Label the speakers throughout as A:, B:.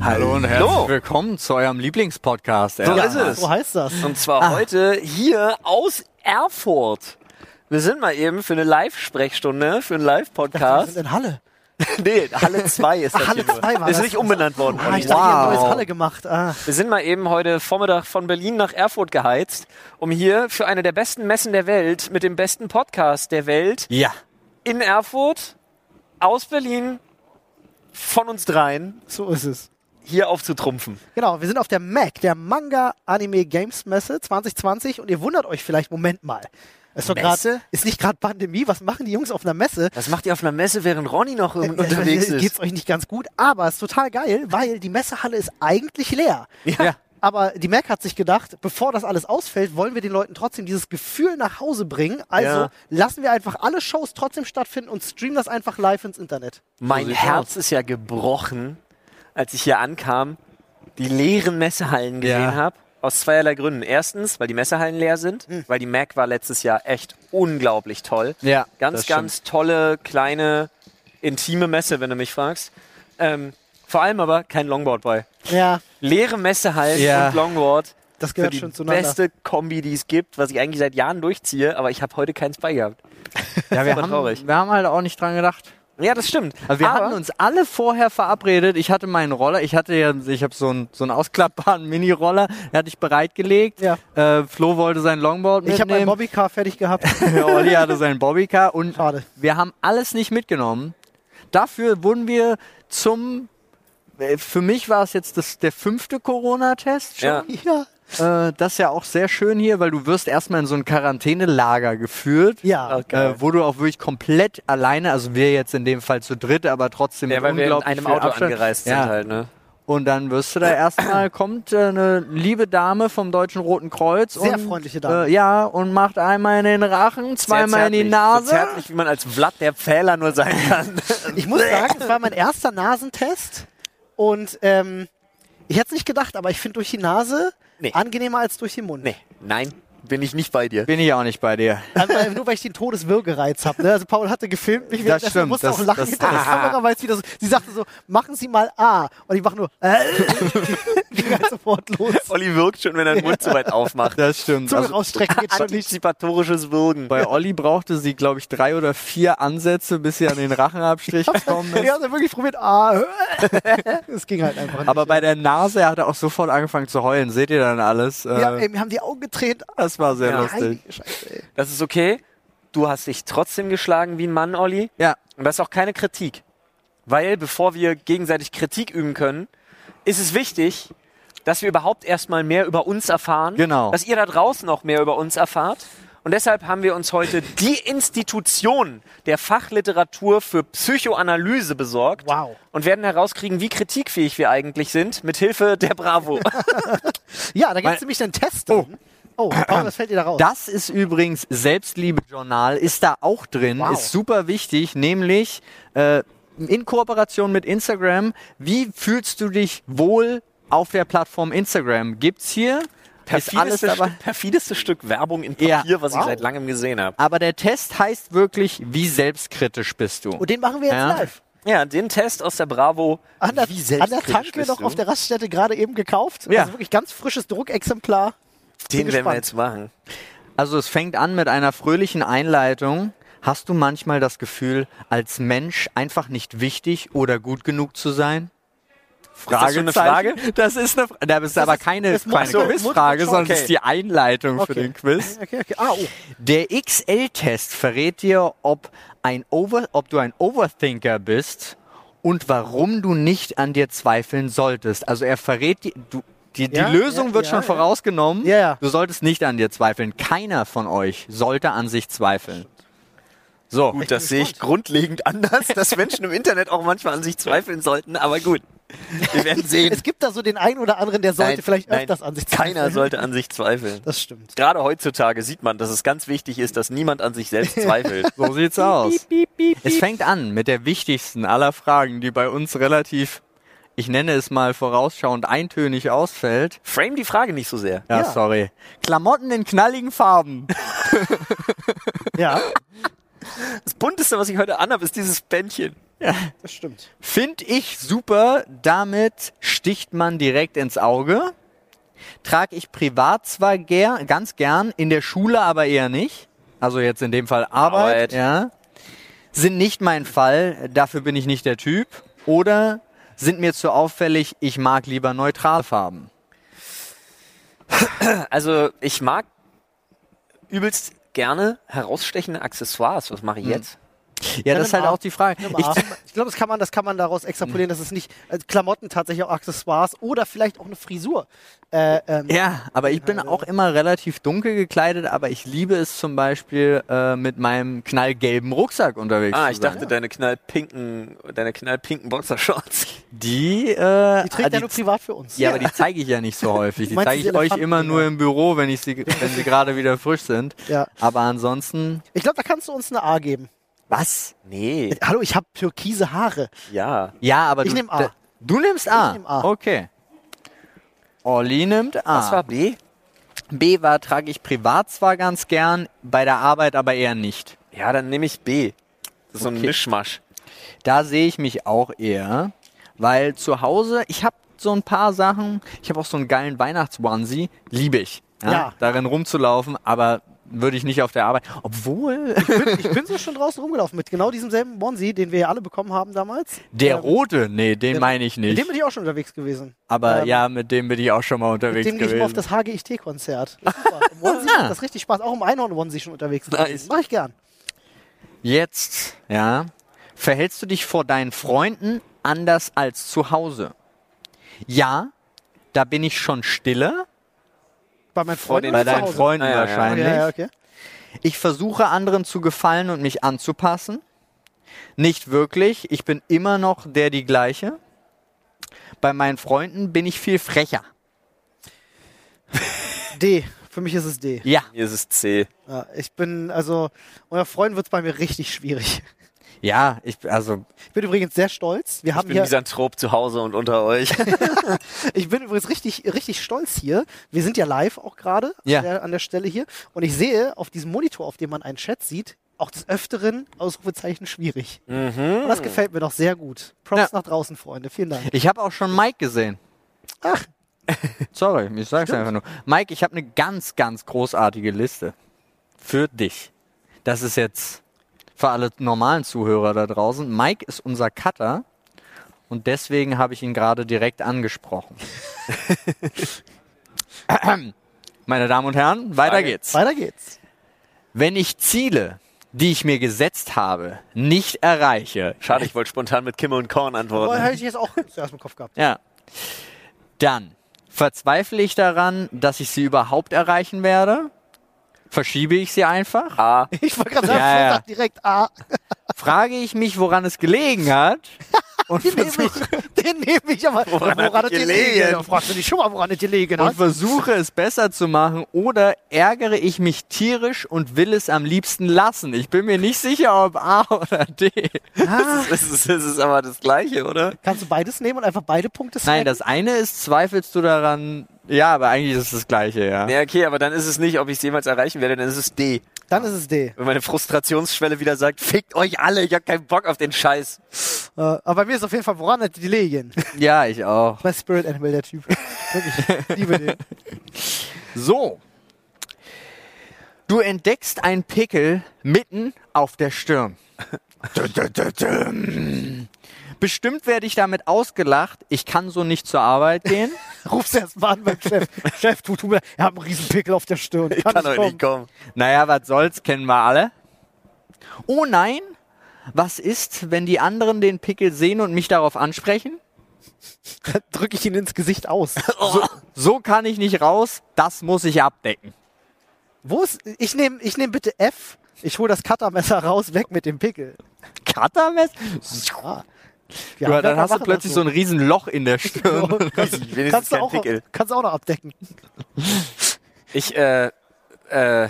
A: Hallo und herzlich
B: Hallo.
A: willkommen zu eurem Lieblingspodcast.
B: So
A: Ja.
B: ist es.
C: So heißt das.
B: Und zwar heute hier aus Erfurt. Wir sind mal eben für eine Live-Sprechstunde, für einen
C: Wir sind
B: Live-Podcast.
C: in Halle.
B: nee, Halle 2 ist das
C: Ach, Halle
B: hier nur.
C: 2 war
B: ist
C: das.
B: nicht umbenannt worden.
C: Ah,
B: Olli.
C: ich dachte, ihr habt ein neues
B: Wow.
C: Halle gemacht. Ah,
B: Wir sind mal eben heute Vormittag von Berlin nach Erfurt geheizt, um hier für eine der besten Messen der Welt mit dem besten Podcast der Welt
A: ja.
B: in Erfurt aus Berlin von uns dreien
C: so ist es.
B: hier aufzutrumpfen.
C: Genau, wir sind auf der MAC, der Manga Anime Games Messe 2020 und ihr wundert euch vielleicht, Moment mal. Ist doch grad,
B: Messe?
C: ist nicht gerade Pandemie, was machen die Jungs auf einer Messe?
B: Was macht ihr auf einer Messe, während Ronny noch
C: Äh,
B: unterwegs
C: äh,
B: ist?
C: Geht's euch nicht ganz gut, aber es ist total geil, weil die Messehalle ist eigentlich leer.
A: Ja.
C: Aber die Mac hat sich gedacht, bevor das alles ausfällt, wollen wir den Leuten trotzdem dieses Gefühl nach Hause bringen. Also
B: Ja.
C: lassen wir einfach alle Shows trotzdem stattfinden und streamen das einfach live ins Internet.
B: Mein
A: sieht's
B: Herz ist ja gebrochen, als ich hier ankam, die leeren Messehallen gesehen
A: Ja.
B: habe. Aus zweierlei Gründen. Erstens, weil die Messehallen leer sind,
A: Hm.
B: weil die Mac war letztes Jahr echt unglaublich toll.
A: Ja, das
B: ganz,
A: stimmt.
B: ganz tolle, kleine, intime Messe, wenn du mich fragst. Ähm, vor allem aber kein Longboard bei.
C: Ja,
B: Leere Messehallen
A: Ja.
B: und Longboard.
C: das
B: Für
C: gehört
B: die
C: schon zueinander.
B: beste Kombi, die es gibt, was ich eigentlich seit Jahren durchziehe, aber ich habe heute keins bei gehabt.
A: ja wir,
B: aber
A: haben,
B: traurig.
A: wir haben halt auch nicht dran gedacht.
B: Ja, das stimmt.
A: Also wir
B: aber
A: hatten uns alle vorher verabredet. Ich hatte meinen Roller. Ich hatte ja, ich habe so einen so einen ausklappbaren Mini-Roller. Den hatte ich bereitgelegt.
C: Ja.
A: Äh, Flo wollte sein Longboard
C: ich habe mein
A: mitnehmen.
C: Bobbycar fertig gehabt.
A: Olli hatte sein Bobbycar und
C: Schade.
A: wir haben alles nicht mitgenommen. Dafür wurden wir zum äh, für mich war es jetzt das, der fünfte Corona-Test schon.
B: Ja.
C: ja.
A: Äh, das ist ja auch sehr schön hier, weil du wirst erstmal in so ein Quarantänelager geführt.
C: Ja.
B: Okay.
A: Äh, wo du auch wirklich komplett alleine, also wir jetzt in dem Fall zu dritt, aber trotzdem
B: ja,
A: mit
B: weil wir in
A: unglaublich
B: einem
A: viel
B: Auto
A: Abstand.
B: angereist sind
A: ja.
B: halt, ne?
A: Und dann wirst du da erstmal, kommt äh, eine liebe Dame vom Deutschen Roten Kreuz.
C: Sehr
A: und,
C: freundliche Dame.
A: Äh, ja, und macht einmal in den Rachen, zweimal in die
B: zärtlich. So
A: Nase.
B: zärtlich, wie man als Vlad der Pfähler nur sein kann.
C: Ich muss sagen, es war mein erster Nasentest und ähm, ich hätte es nicht gedacht, aber ich finde durch die Nase
B: Nee.
C: angenehmer als durch den Mund.
B: nee, nein, bin ich nicht bei dir.
A: Bin ich auch nicht bei dir.
C: Also, weil- nur weil ich den Todeswürgereiz habe. Ne? Also Paul hatte gefilmt, mich währenddessen,
A: stimmt,
C: musste
A: das-
C: auch lachen
A: das-
C: hinter der
A: ah.
C: Kamera, weil es wieder so, sie sagte so, machen Sie mal A. Und ich mache nur, äh, ging halt sofort los.
A: Also
B: Olli wirkt schon, wenn er den Mund zu weit aufmacht.
A: Das stimmt.
C: Zunge
A: Also,
C: rausstrecken geht schon nicht.
B: Antizipatorisches Würgen.
A: bei Olli brauchte sie, glaube ich, drei oder vier Ansätze, bis sie an den Rachenabstrich gekommen ist.
C: Wir haben dann wirklich probiert, A. Es ging halt einfach nicht.
A: Aber bei der Nase hat er auch sofort angefangen zu heulen. Seht ihr dann alles? Äh,
C: ja, ey, wir haben die Augen gedreht.
A: das war sehr
B: Ja.
A: lustig.
C: Heilige Scheiße, ey.
B: Das ist okay. Du hast dich trotzdem geschlagen wie ein Mann, Olli.
A: Ja,
B: Und das ist auch keine Kritik. Weil, bevor wir gegenseitig Kritik üben können, ist es wichtig, dass wir überhaupt erstmal mehr über uns erfahren.
A: Genau.
B: Dass ihr da draußen auch mehr über uns erfahrt. Und deshalb haben wir uns heute die Institution der Fachliteratur für Psychoanalyse besorgt.
C: Wow.
B: Und werden herauskriegen, wie kritikfähig wir eigentlich sind, mit Hilfe der Bravo.
C: Ja, da gibt
A: Weil-
C: es nämlich einen Test. drin. Oh, Paul, das fällt dir da raus.
A: das ist übrigens Selbstliebe-Journal, ist da auch drin,
C: Wow.
A: ist super wichtig, nämlich äh, in Kooperation mit Instagram, wie fühlst du dich wohl auf der Plattform Instagram? Gibt's hier? Ist alles
B: Perfideste
A: dabei.
B: Stück, perfideste Stück Werbung in
A: Ja.
B: Papier, was ich
C: Wow.
B: seit langem gesehen habe.
A: Aber der Test heißt wirklich, wie selbstkritisch bist du?
C: Und den machen wir jetzt
A: Ja.
C: live.
B: Ja, den Test aus der Bravo.
C: An der,
B: Wie
C: an der
B: selbstkritisch
C: Tanke
B: bist
C: noch
B: du?
C: auf der Raststätte gerade eben gekauft.
A: Ja.
C: Also wirklich ganz frisches Druckexemplar.
B: Den werden wir
C: gespannt.
B: jetzt machen.
A: Also es fängt an mit einer fröhlichen Einleitung. Hast du manchmal das Gefühl, als Mensch einfach nicht wichtig oder gut genug zu sein?
B: das so eine
A: Fragezeichen. Das ist eine Frage. Das ist aber keine,
C: das muss-
A: keine
C: so,
A: Quizfrage,
C: muss-
A: sondern
B: okay.
A: es ist die Einleitung für
C: Okay.
A: den Quiz.
C: Okay, okay. Ah, oh.
A: Der XL-Test verrät dir, ob, ein Over, ob du ein Overthinker bist und warum du nicht an dir zweifeln solltest. Also er verrät die, du, die,
C: Ja,
A: die Lösung
C: ja,
A: wird
C: ja,
A: schon
C: ja.
A: vorausgenommen.
C: Ja, ja.
A: Du solltest nicht an dir zweifeln. Keiner von euch sollte an sich zweifeln. So,
B: Gut, das sehe ich grundlegend anders, dass Menschen im Internet auch manchmal an sich zweifeln sollten, aber gut. Wir werden sehen.
C: Es gibt da so den einen oder anderen, der sollte
B: Nein,
C: vielleicht
B: nein,
C: öfters an sich zweifeln.
B: Keiner sollte an sich zweifeln.
C: Das stimmt.
B: Gerade heutzutage sieht man, dass es ganz wichtig ist, dass niemand an sich selbst zweifelt.
A: so sieht's aus. Es fängt an mit der wichtigsten aller Fragen, die bei uns relativ, ich nenne es mal vorausschauend eintönig ausfällt.
B: Frame die Frage nicht so sehr.
A: Ja,
C: Ja.
A: sorry. Klamotten in knalligen Farben.
C: Ja.
B: Das bunteste, was ich heute anhabe, ist dieses Bändchen.
C: Das stimmt.
A: Finde ich super. Damit sticht man direkt ins Auge. Trage ich privat zwar ger ganz gern, in der Schule aber eher nicht. Also jetzt in dem Fall Arbeit.
B: Arbeit.
A: Ja. Sind nicht mein Fall. Dafür bin ich nicht der Typ. Oder sind mir zu auffällig. Ich mag lieber neutrale Farben.
B: Also ich mag übelst gerne herausstechende Accessoires. Was mache ich jetzt?
A: Ja, das
C: im
A: ist halt
C: Arm.
A: auch die Frage.
C: Im
A: Ich,
C: Arm. Ich glaube, das kann man, das kann man daraus extrapolieren, dass es nicht also Klamotten tatsächlich auch Accessoires oder vielleicht auch eine Frisur. Äh, ähm,
A: Ja, aber ich bin auch immer relativ dunkel gekleidet, aber ich liebe es zum Beispiel äh, mit meinem knallgelben Rucksack unterwegs
B: Ah,
A: zu
B: ich
A: sein.
B: dachte deine knallpinken, deine knallpinken Boxershorts.
A: Die, äh,
C: Die trägt
A: ah,
C: er nur privat für uns.
A: Ja, aber die zeige ich ja nicht so häufig. Die
C: Meinst du
A: zeige
C: die
A: ich euch immer
C: Elefanten,
A: nur
C: ja?
A: im Büro, wenn ich sie, wenn sie gerade wieder frisch sind.
C: Ja.
A: Aber ansonsten,
C: Ich glaube, da kannst du uns eine A geben.
A: was? Äh,
B: Nee,
C: Hallo, ich habe türkise Haare.
B: ja.
A: Ja, aber
C: Ich
A: du,
C: nehm A.
A: da- du nimmst A.
C: nehm A.
A: Okay. Olli nimmt A.
B: Was war B?
A: B war trage ich privat zwar ganz gern, bei der Arbeit aber eher nicht.
B: Ja, dann nehme ich B. Das ist so ein
A: Okay.
B: Mischmasch.
A: Da sehe ich mich auch eher, weil zu Hause, ich habe so ein paar Sachen, ich habe auch so einen geilen Weihnachts-Onesie, liebe ich. Ja,
C: Ja.
A: Darin rumzulaufen, aber würde ich nicht auf der Arbeit. Obwohl,
C: Ich bin so schon draußen rumgelaufen mit genau diesem selben Bonsi, den wir ja alle bekommen haben damals.
A: der
C: Ähm,
A: rote, nee, den meine ich
C: Mit
A: nicht.
C: dem bin ich auch schon unterwegs gewesen.
A: aber
C: ähm,
A: ja, mit dem bin ich auch schon mal
C: Mit
A: unterwegs
C: dem gehe ich
A: gewesen. Ah.
C: mal auf das HGIT-Konzert. Das ist super. Im Onesie macht das richtig Spaß. Auch im Einhorn-Onesie schon unterwegs.
A: Nice.
C: Mach ich gern.
A: Jetzt, ja, verhältst du dich vor deinen Freunden anders als zu Hause? Ja, da bin ich schon stiller.
C: Bei meinen
B: Vor
C: Freunden
B: den-
A: Bei
C: oder zu
A: deinen
C: Hause? Oh,
A: Freunden
B: Ah, ja, ja.
C: Ja,
A: wahrscheinlich.
C: ja, okay.
A: Ich versuche anderen zu gefallen und mich anzupassen. Nicht wirklich. Ich bin immer noch der die gleiche. Bei meinen Freunden bin ich viel frecher.
C: D. Für mich ist es D.
A: Ja.
B: Hier ist es C.
C: Ja, ich bin, also, unter Freunden wird es bei mir richtig schwierig.
A: Ja, ich, also,
C: Ich bin übrigens sehr stolz. Wir
B: Ich
C: haben
B: bin
C: hier,
B: Misanthrop zu Hause und unter euch.
C: ich bin übrigens richtig, richtig stolz hier. Wir sind ja live auch gerade
A: Ja.
C: an, der- an der Stelle hier. Und ich sehe auf diesem Monitor, auf dem man einen Chat sieht, auch des Öfteren Ausrufezeichen schwierig. Und das gefällt mir doch sehr gut. Props
A: Mhm. Ja.
C: nach draußen, Freunde. Vielen Dank.
A: ich habe auch schon Mike gesehen.
C: Ach.
A: Sorry, ich sag's einfach nur. Mike, ich habe eine ganz, ganz großartige Liste. Für dich. Das ist jetzt für alle normalen Zuhörer da draußen. Mike ist unser Cutter und deswegen habe ich ihn gerade direkt angesprochen. Meine Damen und Herren, weiter
B: Frage.
A: geht's.
C: Weiter geht's.
A: Wenn ich Ziele, die ich mir gesetzt habe, nicht erreiche,
B: Schade, ich wollte spontan mit Kimme und Korn
C: Boah,
B: antworten.
C: hätte ich jetzt auch zuerst im Kopf gehabt.
A: Ja. Dann verzweifle ich daran, dass ich sie überhaupt erreichen werde. Verschiebe ich sie einfach?
B: A.
C: Ich wollte gerade sagen,
A: Ja,
C: Flo
A: ja.
C: sagt direkt ah, A.
A: Frage ich mich, woran es gelegen hat? Und
C: Den nehme
A: versuche,
C: ich, den nehme ich aber.
B: Woran hat die gelegen?
C: Ja, Fragst du dich schon mal, woran das gelegen
A: und
C: hat?
A: versuche es besser zu machen oder ärgere ich mich tierisch und will es am liebsten lassen? Ich bin mir nicht sicher, ob A oder D.
B: Das ist, das ist aber das Gleiche, oder?
C: Kannst du beides nehmen und einfach beide Punkte
A: Nein,
C: stacken?
A: das eine ist, zweifelst du daran? Ja, aber eigentlich ist es das gleiche, ja.
B: Ja, okay, aber dann ist es nicht, ob ich es jemals erreichen werde, dann ist es D.
C: Dann ist es D. Äh,
B: Wenn meine Frustrationsschwelle wieder sagt, fickt euch alle, ich hab keinen Bock auf den Scheiß.
C: Äh, aber bei mir ist auf jeden Fall, woran hat die Legen?
A: Ja, ich auch.
C: Mein Spirit Animal, der Typ. Wirklich, ich liebe den.
A: So. Du entdeckst einen Pickel mitten auf der Stirn. Bestimmt werde ich damit ausgelacht, ich kann so nicht zur Arbeit gehen.
C: Rufst erst mal an beim Chef. Chef, tu, tu mir, er hat einen riesen Pickel auf der Stirn.
B: Ich
C: Kann,
B: kann
C: nicht
B: euch
C: kommen.
B: nicht kommen.
A: Naja, was soll's, kennen wir alle. Oh nein, was ist, wenn die anderen den Pickel sehen und mich darauf ansprechen?
C: Dann drücke ich ihn ins Gesicht aus.
A: So, so kann ich nicht raus, das muss ich abdecken.
C: Wo ist, ich nehme ich nehm bitte F. Ich hole das Cuttermesser raus, weg mit dem Pickel.
A: Cuttermesser?
C: Ah. Ja,
A: Ja,
C: Handwerker
A: dann hast du
C: machen das
A: plötzlich so Genau. ein riesen Loch in der Stirn.
C: Kannst,
B: Wenigstens
C: kannst, du
B: kein
C: auch,
B: Pickel.
C: kannst du auch noch abdecken.
B: Ich, äh, äh,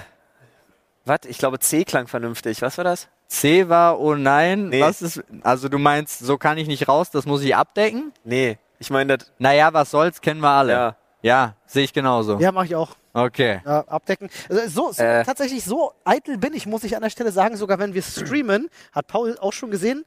B: was? Ich glaube, C klang vernünftig. Was war das?
A: C war, oh nein,
B: Nee.
A: was ist, also du meinst, so kann ich nicht raus, das muss ich abdecken?
B: Nee, ich meine, das,
A: Naja, was soll's, kennen wir alle.
B: Ja.
A: Ja, sehe ich genauso.
C: Ja, mache ich auch.
A: Okay.
C: ja, abdecken. Also so, so
B: Äh.
C: tatsächlich so eitel bin ich, muss ich an der Stelle sagen, sogar wenn wir streamen, hat Paul auch schon gesehen,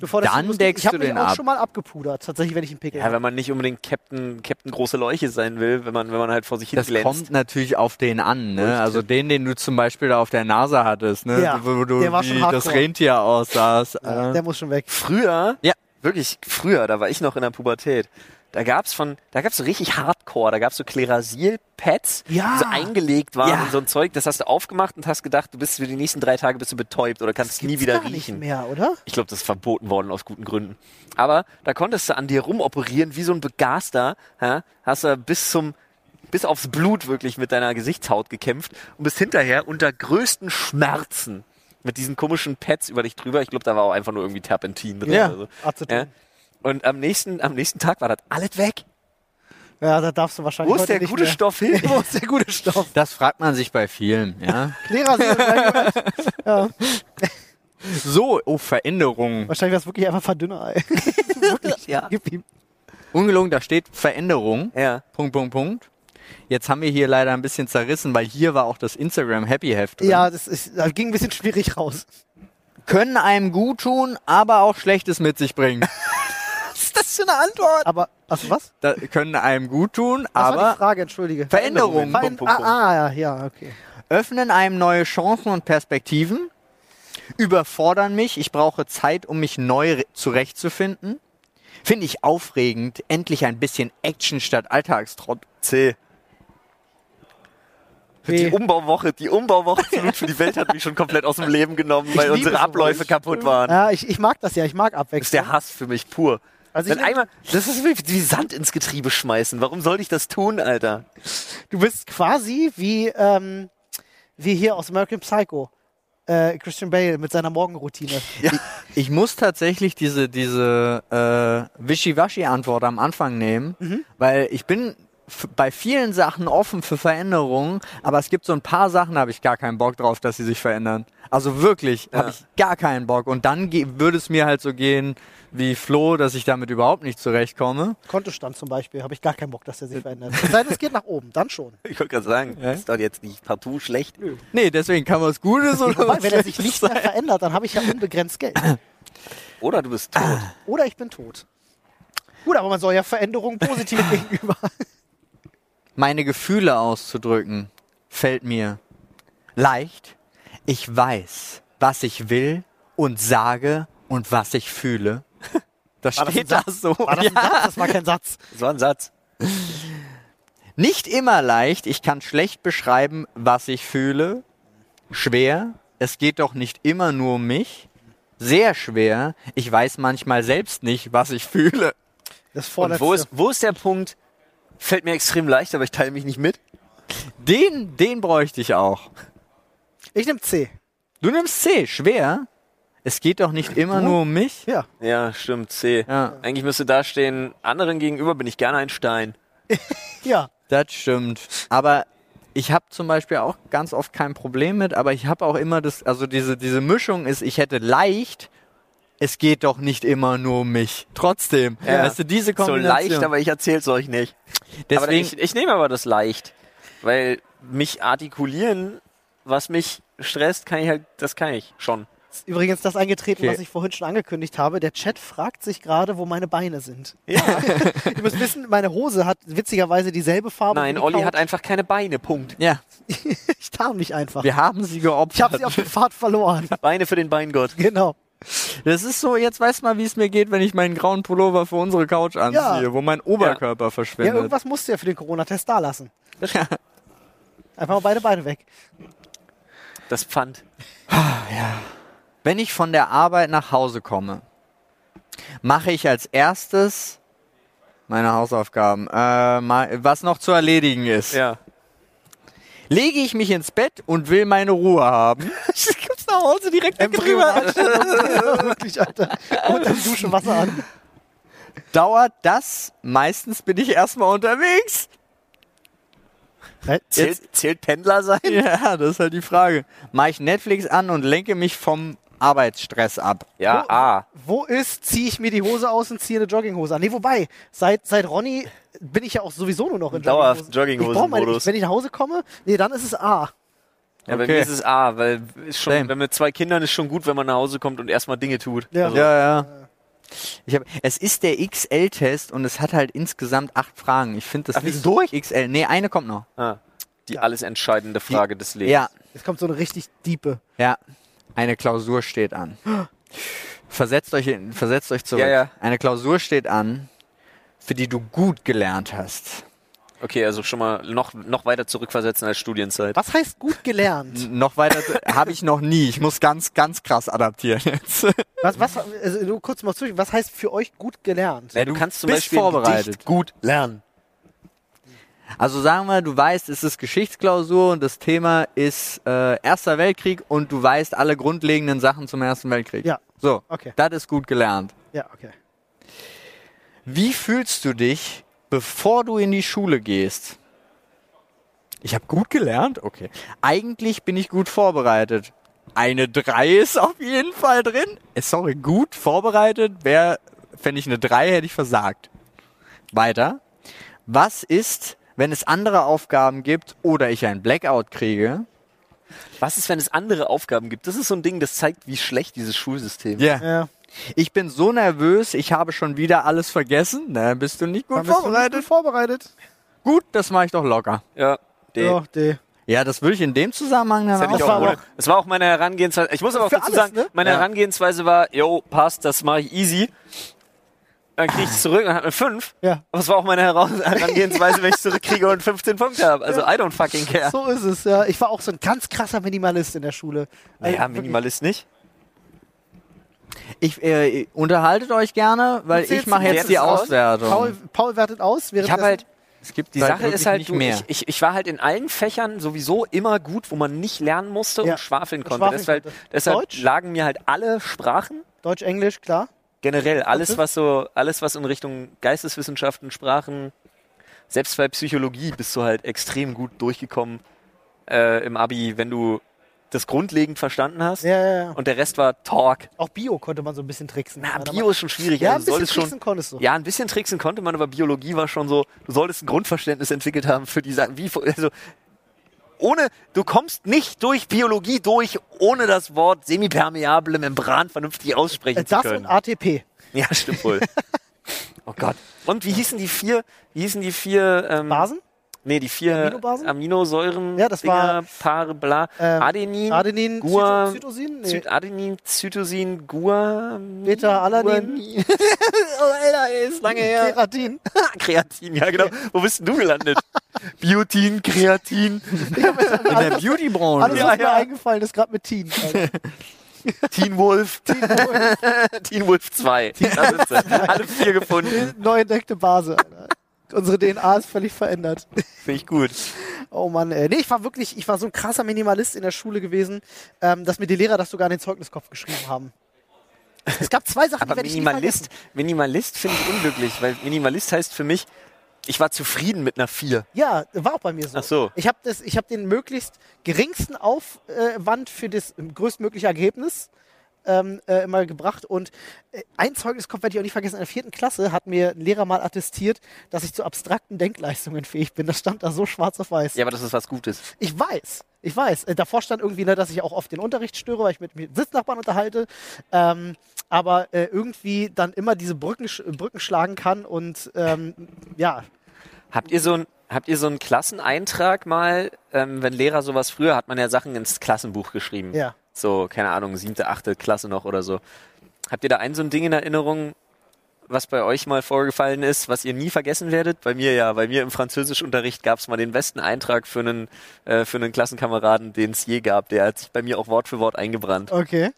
C: bevor das
A: Dann
C: losgeht,
A: deckst
C: ich habe
A: du
C: mich
A: den
C: auch
A: ab.
C: schon mal abgepudert, tatsächlich, wenn ich einen Pickel
B: Ja, wenn man nicht unbedingt Captain, Captain große Leuche sein will, wenn man, wenn man halt vor sich hin
A: Das
B: glänzt.
A: kommt natürlich auf den an, ne? Also den, den du zum Beispiel da auf der Nase hattest, ne?
C: Ja,
A: Wo du
C: der war schon
A: wie das
C: hardcore.
A: Rentier aussahst.
C: Ja,
A: äh.
C: der muss schon weg.
B: Früher,
A: Ja.
B: wirklich früher, da war ich noch in der Pubertät, da gab's von, da gab's so richtig Hardcore, da gab's so Klerasil-Pads,
C: Ja.
B: die so eingelegt waren
A: Ja.
B: und so ein Zeug, das hast du aufgemacht und hast gedacht, du bist für die nächsten drei Tage bist du betäubt oder kannst nie
C: Gibt's
B: wieder
C: gar
B: riechen.
C: nicht mehr, oder?
B: Ich glaube, das ist verboten worden aus guten Gründen. Aber da konntest du an dir rumoperieren wie so ein Begaster. Ja? Hast du bis zum bis aufs Blut wirklich mit deiner Gesichtshaut gekämpft und bist hinterher unter größten Schmerzen mit diesen komischen Pads über dich drüber. Ich glaube, da war auch einfach nur irgendwie Terpentin drin.
A: Ja.
B: Oder so.
C: Aceton.
B: ja? Und am nächsten, am nächsten Tag war das alles weg.
C: Ja, da darfst du wahrscheinlich
B: Wo ist
C: heute
B: der
C: nicht
B: gute
C: mehr.
B: Stoff hin?
C: Wo ist der gute Stoff?
A: Das fragt man sich bei vielen, ja?
C: Lehrer sind ja.
A: so, oh, Veränderungen.
C: Wahrscheinlich war es wirklich einfach Verdünner. Ey. Wirklich.
B: Ja.
C: Gib ihm.
A: Ungelungen, da steht Veränderung.
B: Ja.
A: Punkt, Punkt, Punkt. Jetzt haben wir hier leider ein bisschen zerrissen, weil hier war auch das Instagram Happy Heft drin.
C: Ja, das, ist, das ging ein bisschen schwierig raus.
A: Können einem gut tun, aber auch Schlechtes mit sich bringen.
B: Was ist das für eine Antwort?
C: Aber, also was?
A: Da, können einem gut tun,
C: Was war die
A: aber
C: Frage, entschuldige.
A: Veränderungen.
B: Ver-
C: Verein-
B: Punkt, Punkt,
C: ah, ah, ja, okay.
A: öffnen einem neue Chancen und Perspektiven, überfordern mich, ich brauche Zeit, um mich neu re- zurechtzufinden. Finde ich aufregend, endlich ein bisschen Action statt Alltagstrott.
B: C. Die
C: B.
B: Umbauwoche, die Umbauwoche zu Blut für die Welt hat mich schon komplett aus dem Leben genommen, weil
C: liebe
B: unsere
C: sowas.
B: Abläufe kaputt waren.
C: Ja, ich, ich mag das ja, ich mag
B: Das ist
C: Abwechslung.
B: der Hass für mich pur.
C: Also ich
B: Wenn
C: nehm-
B: einmal, das ist wie, wie Sand ins Getriebe schmeißen. Warum sollte ich das tun, Alter?
C: Du bist quasi wie, ähm, wie hier aus American Psycho. Äh, Christian Bale mit seiner Morgenroutine.
A: Ich muss tatsächlich diese, diese äh, Wischiwaschi-Antwort am Anfang nehmen,
C: Mhm.
A: weil ich bin f- bei vielen Sachen offen für Veränderungen, aber es gibt so ein paar Sachen, da habe ich gar keinen Bock drauf, dass sie sich verändern. Also wirklich, habe ich gar keinen Bock. Und dann ge- würde es mir halt so gehen wie Flo, dass ich damit überhaupt nicht zurechtkomme.
C: Kontostand zum Beispiel, habe ich gar keinen Bock, dass der sich verändert. Es sei denn, es geht nach oben, dann schon.
B: Ich wollte gerade sagen, ist doch jetzt nicht partout schlecht.
A: Nee, deswegen kann man es Gutes oder
C: Wobei,
A: was
C: wenn er sich nicht
A: Schlechtes
C: mehr
A: sein.
C: verändert, dann habe ich ja unbegrenzt Geld.
B: Oder du bist tot.
C: Oder ich bin tot. Gut, aber man soll ja Veränderungen positiv gegenüber.
A: meine Gefühle auszudrücken, fällt mir leicht. Ich weiß, was ich will und sage und was ich fühle. Da
C: War das ein
A: steht
C: Satz?
A: das so.
C: War das ein
A: Ja.
C: Satz? Das war kein Satz.
B: Das war ein Satz.
A: Nicht immer leicht. Ich kann schlecht beschreiben, was ich fühle. Schwer. Es geht doch nicht immer nur um mich. Sehr schwer. Ich weiß manchmal selbst nicht, was ich fühle.
C: Das
B: Und
C: vorletzte.
B: wo ist, wo ist der Punkt? Fällt mir extrem leicht, aber ich teile mich nicht mit.
A: Den, den bräuchte ich auch.
C: ich nehme C.
A: Du nimmst C. Schwer. Es geht doch nicht immer nur um mich.
C: Ja.
B: Ja, stimmt, C.
A: Ja.
B: Eigentlich müsste da stehen, anderen gegenüber bin ich gerne ein Stein.
C: Ja.
A: Das stimmt. Aber ich habe zum Beispiel auch ganz oft kein Problem mit, aber ich habe auch immer das, also diese, diese Mischung ist, ich hätte leicht, es geht doch nicht immer nur um mich. Trotzdem.
B: Ja.
A: Weißt du, diese
B: So
A: Kombination.
B: leicht, aber ich erzähl's euch nicht. Aber
A: Deswegen,
B: ich, ich nehme aber das leicht. Weil mich artikulieren, was mich stresst, kann ich halt, das kann ich schon.
C: Ist übrigens das eingetreten,
A: Okay.
C: was ich vorhin schon angekündigt habe. Der Chat fragt sich gerade, wo meine Beine sind.
B: Ja.
C: Ihr müsst wissen, meine Hose hat witzigerweise dieselbe Farbe.
B: Nein,
C: wie die
B: Olli
C: Couch.
B: hat einfach keine Beine, Punkt.
A: ja,
C: Ich tarn mich einfach.
A: wir haben sie geopfert.
C: Ich habe sie auf der Fahrt verloren.
B: Beine für den Beingott.
C: Genau.
A: das ist so, jetzt weiß mal, wie es mir geht, wenn ich meinen grauen Pullover für unsere Couch anziehe, wo mein Oberkörper
C: Ja,
A: verschwindet.
C: irgendwas musst du ja für den Corona-Test da lassen. Einfach mal beide Beine weg.
B: Das Pfand.
A: Wenn ich von der Arbeit nach Hause komme, mache ich als erstes meine Hausaufgaben, äh, ma- was noch zu erledigen ist.
B: Ja.
A: Lege ich mich ins Bett und will meine Ruhe haben.
C: Das gibt's nach Hause direkt Wirklich, Alter. Und dann Dusche Wasser an.
A: Dauert das? Meistens bin ich erstmal unterwegs.
C: Jetzt
B: Zählt, zählt Pendler sein?
A: Ja, das ist halt die Frage. Mache ich Netflix an und lenke mich vom Arbeitsstress ab.
B: Ja,
C: Wo-
B: ah.
C: Wo ist, ziehe ich mir die Hose aus und ziehe eine Jogginghose an? Nee, wobei, seit, seit Ronny bin ich ja auch sowieso nur noch in
B: Dauerhaft
C: Ich brauch meine,
B: Jogginghosen-Modus.
C: ich, wenn ich nach Hause komme, nee, dann ist es A.
B: Ja, bei
A: Okay.
B: mir ist es A, weil ist schon,
A: Same.
B: wenn mit zwei Kindern ist schon gut, wenn man nach Hause kommt und erstmal Dinge tut.
C: Ja.
B: Also,
A: Ja, ja. Ich hab, es ist der XL-Test und es hat halt insgesamt acht Fragen. Ich finde das
B: Ach, die
A: nicht
B: sind durch?
A: XL. Nee, eine kommt noch.
B: ah, die alles entscheidende Frage des Lebens.
A: Ja,
C: Jetzt kommt so eine richtig diepe.
A: ja. Eine Klausur steht an. Versetzt euch, in, versetzt euch zurück.
B: Ja, ja.
A: Eine Klausur steht an, für die du gut gelernt hast.
B: Okay, also schon mal noch, noch weiter zurückversetzen als Studienzeit.
C: Was heißt gut gelernt?
A: N- Noch weiter habe ich noch nie. Ich muss ganz, ganz krass adaptieren jetzt.
C: Was, was, also nur kurz mal zwischen, was heißt für euch gut gelernt?
B: Ja, du kannst zum
A: bist
B: Beispiel ein
A: vorbereitet.
B: Gedicht gut lernen.
A: Also sagen wir, du weißt, es ist Geschichtsklausur und das Thema ist äh, Erster Weltkrieg und du weißt alle grundlegenden Sachen zum Ersten Weltkrieg.
C: Ja.
A: So,
C: Okay.
A: das ist gut gelernt.
C: Ja, okay.
A: Wie fühlst du dich, bevor du in die Schule gehst? Ich habe gut gelernt? Okay. Eigentlich bin ich gut vorbereitet. Eine 3 ist auf jeden Fall drin. Äh, Sorry, gut vorbereitet wäre, wenn ich eine 3 hätte ich versagt. Weiter. Was ist, wenn es andere Aufgaben gibt oder ich einen Blackout kriege?
B: Was ist, wenn es andere Aufgaben gibt? Das ist so ein Ding, das zeigt, wie schlecht dieses Schulsystem ist.
C: Ja,
A: Ich bin so nervös, ich habe schon wieder alles vergessen. Na, bist du nicht gut
C: dann bist du
A: vorbereitet?
C: nicht gut vorbereitet.
A: Gut, das mache ich doch locker.
B: Ja. D.
C: Ja, D.
A: Ja, das würde ich in dem Zusammenhang dann
B: Das hätte
A: auch
B: ich
C: Das
B: auch
C: war
B: ohne.
C: aber
B: Das war auch meine Herangehensweise. Ich muss aber auch
C: Für
B: dazu
C: alles,
B: sagen,
C: ne?
B: meine
A: Ja.
B: Herangehensweise war, yo, passt, das mache ich easy. Dann kriege ich es zurück und hat eine 5.
C: Ja.
B: Aber es war auch meine Heraus Herangehensweise, wenn ich zurückkriege und 15 Punkte habe. Also I don't fucking care.
C: So ist es, ja. Ich war auch so ein ganz krasser Minimalist in der Schule. Also
B: Naja,
C: wirklich-
B: Minimalist nicht.
A: Ich äh, unterhaltet euch gerne, weil
C: Willst du
A: ich
C: jetzt
A: mache jetzt
B: wertest
A: die
B: du aus?
A: Auswertung.
C: Paul, Paul wertet aus, während
B: Ich habe halt,
A: es gibt
B: die
A: halt
B: Sache
A: wirklich
B: ist halt,
A: nicht
B: du,
A: mehr.
B: ich, ich, ich war halt in allen Fächern sowieso immer gut, wo man nicht lernen musste
C: Ja.
B: und schwafeln
C: Und
B: konnte.
C: schwafeln
B: deshalb
C: konnte.
B: deshalb
C: Deutsch?
B: lagen mir halt alle Sprachen
C: Deutsch, Englisch, klar.
B: generell alles
C: Okay.
B: was so alles was in Richtung Geisteswissenschaften, Sprachen, selbst bei Psychologie bist du halt extrem gut durchgekommen äh, im Abi, wenn du das grundlegend verstanden hast.
C: Ja, ja, ja.
B: Und der Rest war Talk.
C: Auch Bio konnte man so ein bisschen tricksen.
B: Na,
C: meiner
B: Bio ist schon schwierig.
C: Ja, ein
B: also du
C: bisschen
B: solltest
C: tricksen
B: schon
C: konntest du.
B: ja, ein bisschen tricksen konnte man, aber Biologie war schon so, du solltest ein Grundverständnis entwickelt haben für die Sachen, wie, also, ohne, du kommst nicht durch Biologie durch, ohne das Wort semipermeable Membran vernünftig aussprechen
C: Äh,
B: zu
C: Das
B: können.
C: und ATP.
B: Ja, stimmt wohl. oh Gott. Und wie hießen die vier, wie hießen die vier, ähm,
C: Basen?
B: Nee, die vier
C: Aminobasen?
B: Aminosäuren,
C: Ja, das war-
B: Paare, bla,
C: Ähm,
B: Adenin,
C: Adenin,
B: Gua-
C: Cyto- Cytosin? Nee.
B: Zyt- Adenin, Zytosin, Guamin,
C: Beta-Alanin.
B: Guanin. oh, Alter, ey, ist lange her.
C: Keratin.
B: Ah, Kreatin, ja genau. Wo bist denn du gelandet? Biotin, Kreatin,
A: in der Beauty-Branche.
C: Alles,
B: Ja,
C: was mir
B: ja.
C: eingefallen ist, gerade mit Teen. Also,
B: Teen Wolf, Teen Wolf 2. Da sind sie. Alle vier gefunden.
C: Neu entdeckte Base. Alter. Unsere DNA ist völlig verändert.
B: Finde ich gut.
C: Oh Mann, ey. Nee, ich war wirklich, ich war so ein krasser Minimalist in der Schule gewesen, ähm, dass mir die Lehrer das sogar an den Zeugniskopf geschrieben haben. Es gab zwei Sachen,
B: Aber
C: die werde ich nie
B: Minimalist, Minimalist finde ich unglücklich, weil Minimalist heißt für mich, ich war zufrieden mit einer 4.
C: Ja, war auch bei mir so.
B: Ach so.
C: Ich habe hab den möglichst geringsten Aufwand für das größtmögliche Ergebnis ähm, äh, immer gebracht. Und äh, ein Zeugniskopf werde ich auch nicht vergessen. In der vierten Klasse hat mir ein Lehrer mal attestiert, dass ich zu abstrakten Denkleistungen fähig bin. Das stand da so schwarz auf weiß.
B: Ja, aber das ist was Gutes.
C: Ich weiß. Ich weiß. Äh, davor stand irgendwie, ne, dass ich auch oft den Unterricht störe, weil ich mit, mit Sitznachbarn unterhalte. Ähm, aber äh, irgendwie dann immer diese Brücken, sch- Brücken schlagen kann und ähm, ja,
B: Habt ihr so ein Habt ihr so einen Klasseneintrag mal, ähm, wenn Lehrer sowas früher hat man ja Sachen ins Klassenbuch geschrieben.
C: ja.
B: So, keine Ahnung, siebte, achte Klasse noch oder so. Habt ihr da ein so ein Ding in Erinnerung, was bei euch mal vorgefallen ist, was ihr nie vergessen werdet? Bei mir ja, bei mir im Französischunterricht gab es mal den besten Eintrag für einen, äh, für einen Klassenkameraden, den es je gab. Der hat sich bei mir auch Wort für Wort eingebrannt.
C: Okay.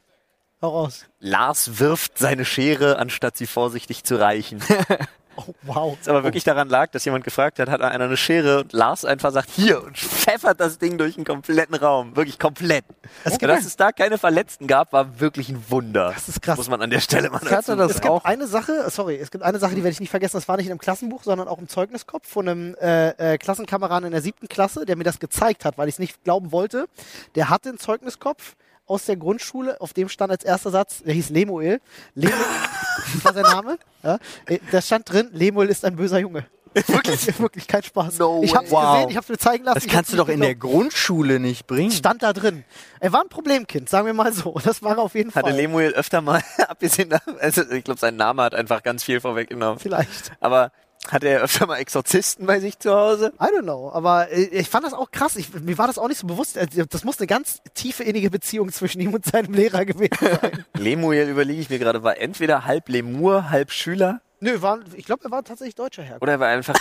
C: Hau raus.
B: Lars wirft seine Schere, anstatt sie vorsichtig zu reichen. Was
C: Oh, wow.
B: aber wirklich daran lag, dass jemand gefragt hat, hat einer eine Schere und Lars einfach sagt, hier und pfeffert das Ding durch den kompletten Raum. Wirklich komplett.
C: Es gibt-
B: dass es da keine Verletzten gab, war wirklich ein Wunder.
C: Das ist krass.
B: Muss man an der Stelle mal
A: Ich hatte
B: dazu-
A: das
C: es gibt
A: auch.
C: eine Sache, sorry, es gibt eine Sache, die werde ich nicht vergessen. Das war nicht in einem Klassenbuch, sondern auch im Zeugniskopf von einem äh, äh, Klassenkameraden in der siebten Klasse, der mir das gezeigt hat, weil ich es nicht glauben wollte. Der hatte einen Zeugniskopf, aus der Grundschule, auf dem stand als erster Satz, der hieß Lemuel. Lemuel das war sein Name. Ja, äh, da stand drin, Lemuel ist ein böser Junge. Wirklich? Wirklich, kein Spaß.
B: No
C: ich hab's
A: way. Wow.
C: gesehen, ich hab's mir zeigen lassen.
A: Das
C: ich hab's
A: kannst du doch
C: nicht
A: in der
C: geglaubt.
A: Grundschule nicht bringen.
C: Stand da drin. Er war ein Problemkind, sagen wir mal so. Das war er auf jeden
B: Hatte
C: Fall.
B: Lemuel öfter mal, abgesehen davon, also ich glaube, sein Name hat einfach ganz viel vorweggenommen.
C: Vielleicht.
B: Aber hatte er öfter mal Exorzisten bei sich zu Hause?
C: I don't know, aber äh, ich fand das auch krass. Ich, mir war das auch nicht so bewusst. Also, Das muss eine ganz tiefe innige Beziehung zwischen ihm und seinem Lehrer gewesen sein.
B: Lemuel überlege ich mir gerade, war entweder halb Lemur, halb Schüler
C: Nö, war, ich glaube, er war tatsächlich deutscher Herkunft.
B: oder er war einfach.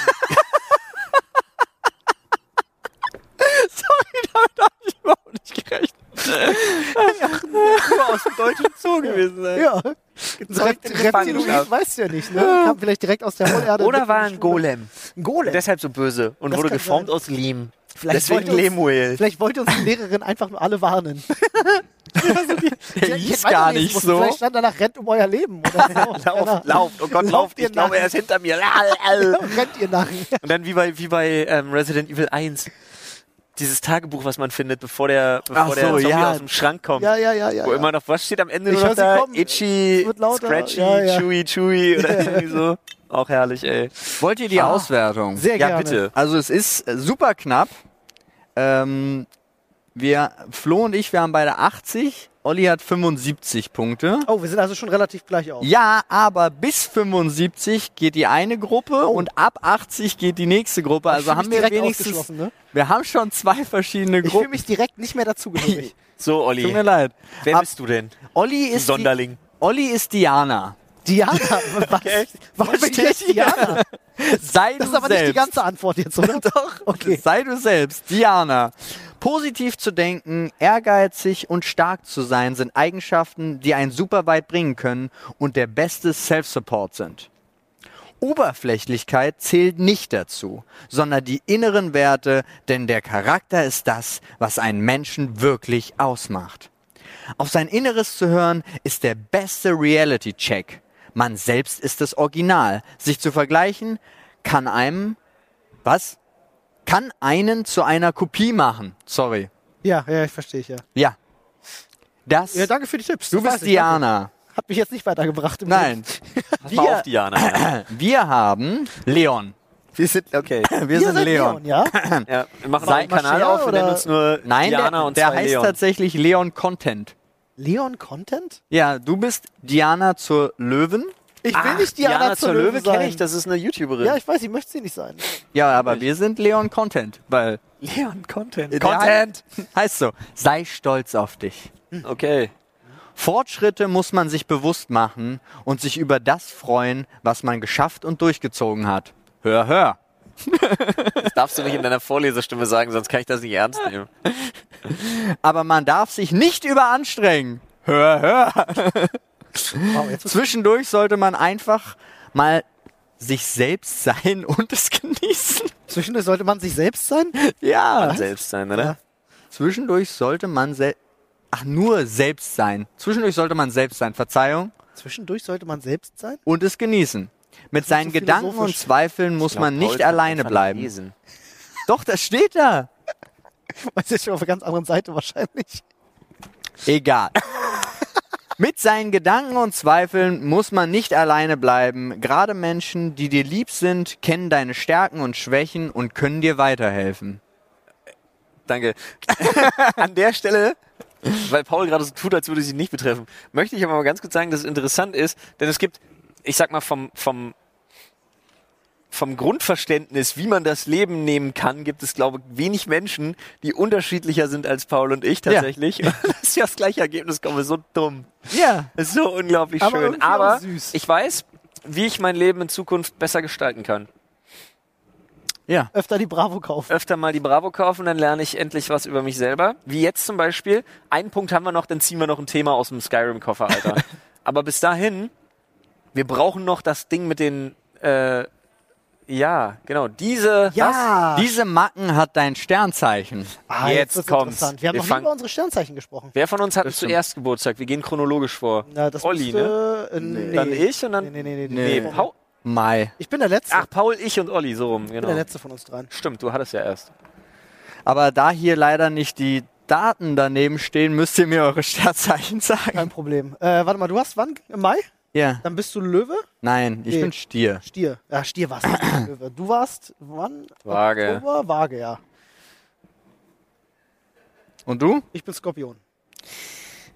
B: Sorry, damit habe ich überhaupt nicht gerechnet. Nur aus dem deutschen Zoo gewesen sein.
C: Ja,
B: Direkt in Gefangenschaft.
C: Reptiloid weißt du ja nicht. Ne? Kam vielleicht direkt aus der Hohlerde.
B: Oder war er ein Golem.
C: Ein Golem.
B: Deshalb so böse und
C: Das
B: wurde
C: kann
B: geformt
C: sein.
B: aus Lehm.
C: Vielleicht
B: Deswegen
C: wollte uns-
B: Lemuel.
C: Vielleicht wollte uns die Lehrerin einfach nur alle warnen.
A: Der
C: Ich
A: hieß
C: weiß
A: gar
C: nicht,
A: nicht
C: muss-
A: so.
C: Vielleicht stand danach, rennt um euer Leben. Oder so. Keine Ahnung.
B: Lauft, lauft, oh Gott, lauft,
C: Genau. Lauft
B: ich
C: ihr
B: glaube,
C: nach.
B: er ist hinter mir. Lal, al.
C: rennt ihr nach.
B: Und dann wie bei, wie bei ähm, Resident Evil 1. Dieses Tagebuch, was man findet, bevor der, bevor
A: Ach
B: der
A: so,
B: Zombie
A: ja.
B: aus dem Schrank kommt.
C: Ja, ja, ja, ja.
B: Wo
C: ja.
B: immer noch, was steht am Ende
C: Ich
B: nur noch
C: hör sie
B: da?
C: kommen.
B: Itchy,
C: Es wird lauter.
B: scratchy,
C: Ja, ja.
B: chewy, chewy oder irgendwie so. Auch herrlich, ey.
A: Wollt ihr die
C: Ah.
A: Auswertung?
C: Sehr
B: Ja,
C: gerne.
B: bitte.
A: Also es ist äh, super knapp. Ähm, wir, Flo und ich, wir haben beide 80. Olli hat 75 Punkte.
C: Oh, wir sind also schon relativ gleich auf.
A: Ja, aber bis 75 geht die eine Gruppe und ab 80 geht die nächste Gruppe.
C: Oh. Ich
A: Also
C: fühl
A: haben
C: mich
A: wir
C: direkt
A: wenigstens,
C: ausgeschlossen, ne?
A: wir haben schon zwei verschiedene
C: Ich fühle
A: Gruppen.
C: mich direkt nicht mehr dazugehörig.
B: So,
A: Tut mir
B: Olli,
A: leid.
B: wer
A: Ab-
B: bist du denn?
A: Olli ist, die,
B: Sonderling.
A: Olli ist Diana.
C: Diana, was? Warum bin ich jetzt Diana?
A: Sei du
C: Das ist aber
A: selbst.
C: nicht die ganze Antwort jetzt, oder? Doch. Okay.
A: Sei du selbst, Diana. Positiv zu denken, ehrgeizig und stark zu sein sind Eigenschaften, die einen super weit bringen können und der beste Self-Support sind. Oberflächlichkeit zählt nicht dazu, sondern die inneren Werte, denn der Charakter ist das, was einen Menschen wirklich ausmacht. Auf sein Inneres zu hören ist der beste Reality-Check. Man selbst ist das Original. Sich zu vergleichen kann einem was? Kann einen zu einer Kopie machen. Sorry.
C: Ja, ja, ich verstehe ich, ja.
A: Ja. Das.
C: Ja, danke für die Tipps.
A: du
C: Das
A: bist
C: weiß ich, danke.
A: Diana.
C: Hat mich jetzt nicht weitergebracht. Im
A: Nein.
C: Leben.
B: Pass mal auf,
A: Wir,
B: Diana.
A: wir haben Leon.
B: Wir sind, okay.
A: Wir
C: Ihr
A: sind
C: seid
A: Leon.
C: Leon, ja?
B: Ja, wir machen
C: Sei-
B: einen Kanal
C: Marcel
B: auf und nennen
C: oder-
B: uns nur
A: Nein,
B: Diana
A: der,
B: und
A: der
B: zwei
A: heißt
B: Leon.
A: tatsächlich Leon Content.
C: Leon Content?
A: Ja, du bist Diana zur Löwen.
C: Ich will
B: Ach,
C: nicht Diana, zur Löwe sein.
B: kenne ich, das ist eine YouTuberin.
C: Ja, ich weiß, ich möchte sie nicht sein.
A: Ja, aber wir sind Leon Content, weil
B: Leon Content.
A: der
B: Content!
A: heißt so. Sei stolz auf dich.
B: Okay.
A: Fortschritte muss man sich bewusst machen und sich über das freuen, was man geschafft und durchgezogen hat. Hör, hör.
B: Das darfst du nicht in deiner Vorlesestimme sagen, sonst kann ich das nicht ernst nehmen.
A: aber man darf sich nicht überanstrengen. Hör, hör.
C: Wow, jetzt
A: Zwischendurch sollte man einfach mal sich selbst sein und es genießen.
C: zwischendurch sollte man sich selbst sein?
A: Ja.
B: Man selbst sein, oder?
A: Zwischendurch sollte man selbst. Ach, nur selbst sein. Zwischendurch sollte man selbst sein. Verzeihung.
C: Zwischendurch sollte man selbst sein?
A: Und es genießen. Mit seinen
C: so
A: Gedanken und
C: philosophisch.
A: Zweifeln muss
B: Ich glaub,
A: man
B: Paul
A: nicht
B: kann
A: alleine
B: einfach
A: bleiben.
B: lesen.
A: Doch, das steht da.
C: Weiß jetzt schon auf einer ganz anderen Seite wahrscheinlich.
A: Egal. Mit seinen Gedanken und Zweifeln muss man nicht alleine bleiben. Gerade Menschen, die dir lieb sind, kennen deine Stärken und Schwächen und können dir weiterhelfen.
B: Danke. An der Stelle, weil Paul gerade so tut, als würde sie ihn nicht betreffen, möchte ich aber mal ganz kurz sagen, dass es interessant ist, denn es gibt, ich sag mal, vom, vom, vom Grundverständnis, wie man das Leben nehmen kann, gibt es, glaube ich, wenig Menschen, die unterschiedlicher sind als Paul und ich tatsächlich. Und das ist ja das gleiche Ergebnis, komme so dumm.
A: Ja.
B: Das ist so unglaublich
C: Aber
B: schön.
C: irgendwie auch
B: Aber
C: süß.
B: ich weiß, wie ich mein Leben in Zukunft besser gestalten kann.
A: Ja.
C: Öfter die Bravo kaufen.
B: öfter mal die Bravo kaufen, dann lerne ich endlich was über mich selber. Wie jetzt zum Beispiel. Einen Punkt haben wir noch, dann ziehen wir noch ein Thema aus dem Skyrim-Koffer, Alter. Aber bis dahin, wir brauchen noch das Ding mit den, äh, ja, genau, diese,
C: Ja.
A: Diese Macken hat dein Sternzeichen.
C: Ah,
B: jetzt
C: wird's
B: kommt's.
C: interessant. Wir haben
B: Wir
C: noch nie
B: fangen-
C: über unsere Sternzeichen gesprochen.
B: Wer von uns hat
A: Das stimmt.
B: zuerst Geburtstag? Wir gehen chronologisch vor.
C: Na, das
B: Olli, ne?
C: müsste, äh, nee.
B: Dann ich und dann,
C: Nee, nee, nee, nee.
B: nee,
C: nee.
B: Paul,
A: Mai.
C: Ich bin der Letzte.
B: ach, Paul, ich und Olli, so rum,
C: ich bin der
B: genau.
C: Letzte von uns dran.
B: Stimmt, du hattest ja erst.
A: Aber da hier leider nicht die Daten daneben stehen, müsst ihr mir eure Sternzeichen
C: Kein
A: sagen.
C: Problem. Äh, warte mal, du hast wann? Im Mai?
A: Ja.
C: Dann bist du Löwe?
A: Nein, ich
C: Nee.
A: bin Stier.
C: Stier. Ja, Stier warst du. Löwe. Du warst wann?
B: Waage.
C: Oktober? Waage, ja.
A: Und du?
C: Ich bin Skorpion.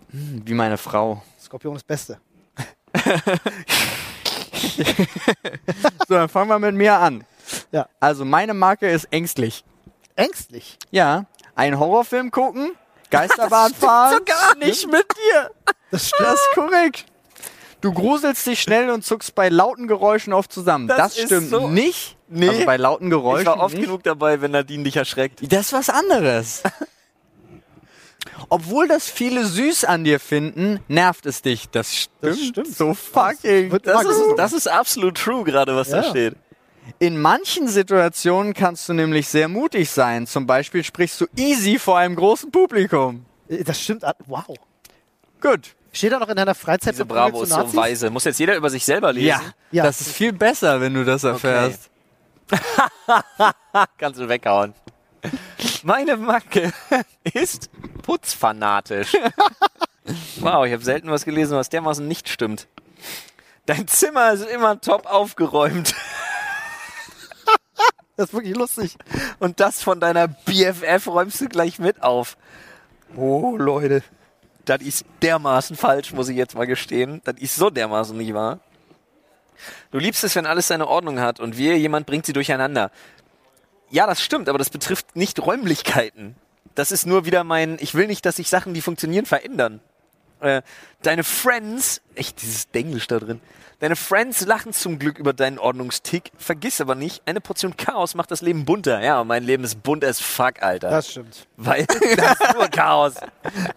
A: Wie meine Frau.
C: Skorpion ist Beste.
A: So, dann fangen wir mit mir an.
C: Ja.
A: Also meine Marke ist ängstlich.
C: Ängstlich.
A: Ja. Einen Horrorfilm gucken, Geisterbahn fahren.
B: sogar
A: nicht mit dir.
C: Das
A: Das ist korrekt. Du gruselst dich schnell und zuckst bei lauten Geräuschen oft zusammen.
B: Das
A: Das,
B: ist
A: stimmt
B: so-
A: nicht.
B: Nee.
A: Also bei lauten Geräuschen.
B: Ich war oft
A: nicht.
B: genug dabei, wenn Nadine dich erschreckt.
A: Das ist was anderes. Obwohl das viele süß an dir finden, nervt es dich. Das stimmt,
C: Das stimmt.
A: so fucking.
C: wird
A: Das
C: immer
A: ist,
C: größer.
A: das
B: Das ist absolut true gerade, was da
C: Ja.
B: steht.
A: in manchen Situationen kannst du nämlich sehr mutig sein. Zum Beispiel sprichst du easy vor einem großen Publikum.
C: Äh, Das stimmt. an- Wow.
A: Gut.
C: Steht da noch in deiner Freizeit
B: Diese
C: mit Prügel
B: Bravo ist
C: zu
B: so
C: Nazis?
B: weise. Muss jetzt jeder über sich selber lesen?
A: Ja,
C: Ja.
A: das ist viel besser, wenn du das erfährst.
B: Kannst du weghauen. Meine Macke ist putzfanatisch. wow, ich habe selten was gelesen, was dermaßen nicht stimmt. Dein Zimmer ist immer top aufgeräumt
C: Das ist wirklich lustig.
B: und das von deiner BFF räumst du gleich mit auf. Oh, Leute. Das ist dermaßen falsch, muss ich jetzt mal gestehen. Das ist so dermaßen nicht wahr. Du liebst es, wenn alles seine Ordnung hat und wir, jemand bringt sie durcheinander. Ja, das stimmt, aber das betrifft nicht Räumlichkeiten. Das ist nur wieder mein, ich will nicht, dass sich Sachen, die funktionieren, verändern. Äh, deine Friends, echt dieses Denglisch da drin, deine Friends lachen zum Glück über deinen Ordnungstick. Vergiss aber nicht, eine Portion Chaos macht das Leben bunter. Ja, und mein Leben ist bunt as fuck, Alter.
C: Das stimmt.
B: Weil das ist nur Chaos.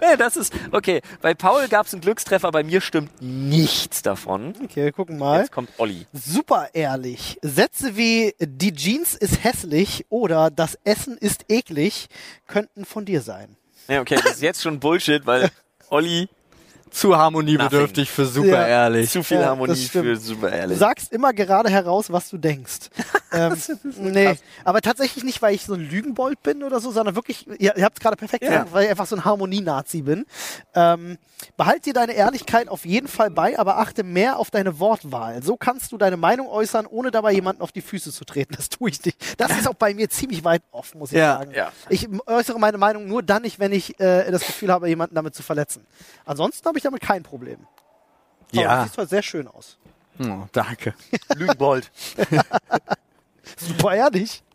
B: Nee, das ist okay. Bei Paul gab es einen Glückstreffer, bei mir stimmt nichts davon.
C: Okay, wir gucken mal.
B: Jetzt kommt Olli.
C: Super ehrlich. Sätze wie die Jeans ist hässlich oder das Essen ist eklig könnten von dir sein.
B: Ja, okay, das ist jetzt schon Bullshit, weil Olli
A: Zu harmoniebedürftig für super
C: Ja.
A: ehrlich.
B: zu viel
C: Ja,
B: Harmonie
C: das stimmt.
B: für super
C: Du
B: ehrlich.
C: sagst immer gerade heraus, was du denkst. ähm, nee, aber tatsächlich nicht, weil ich so ein Lügenbold bin oder so, sondern wirklich, ihr, ihr habt es gerade perfekt
B: Ja.
C: gesagt, weil ich einfach so ein Harmonienazi bin. Ähm, behalt dir deine Ehrlichkeit auf jeden Fall bei, aber achte mehr auf deine Wortwahl. So kannst du deine Meinung äußern, ohne dabei jemanden auf die Füße zu treten. Das tue ich nicht. Das ist auch bei mir ziemlich weit offen, muss ich
A: Ja.
C: sagen.
B: Ja.
C: Ich äußere meine Meinung nur dann nicht, wenn ich äh, das Gefühl habe, jemanden damit zu verletzen. Ansonsten habe ich damit kein Problem. Aber
A: Ja.
C: Das sieht halt sehr schön aus.
A: Oh, danke.
B: Lügenbold.
C: Super ehrlich.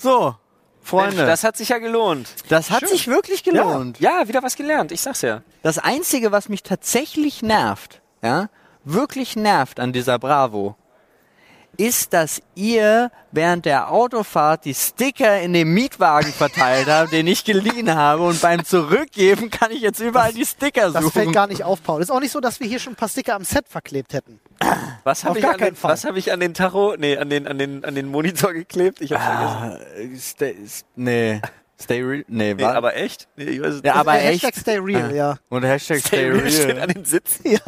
A: So,
B: Mensch,
A: Freunde, das,
B: das hat sich ja gelohnt.
A: hat sich wirklich gelohnt.
B: Ja, wieder was gelernt, ich sag's ja.
A: Das Einzige, was mich tatsächlich nervt, ja, wirklich nervt an dieser Bravo, ist, dass ihr während der Autofahrt die Sticker in dem Mietwagen verteilt habt, den ich geliehen habe und beim Zurückgeben kann ich jetzt überall die Sticker
C: Das fällt
A: suchen.
C: gar nicht auf, Paul. Ist auch nicht so, dass wir hier schon ein paar Sticker am Set verklebt hätten.
B: Was
C: Auf
B: habe ich,
C: gar
B: an den-
C: keinen Fall.
B: was hab ich an den Tacho, nee, an den, an den, an den Monitor geklebt? Ich hab's vergessen.
A: Ah, stay, s- nee, stay real, nee,
B: Nee,
A: wa-
B: aber echt? Nee, ich weiß es
A: ja,
B: nicht.
A: aber
C: Also, äh,
A: echt.
C: Hashtag stay
B: Ah.
C: real, ja.
A: Und Hashtag stay,
B: Stay real steht
A: real.
B: an den Sitzen.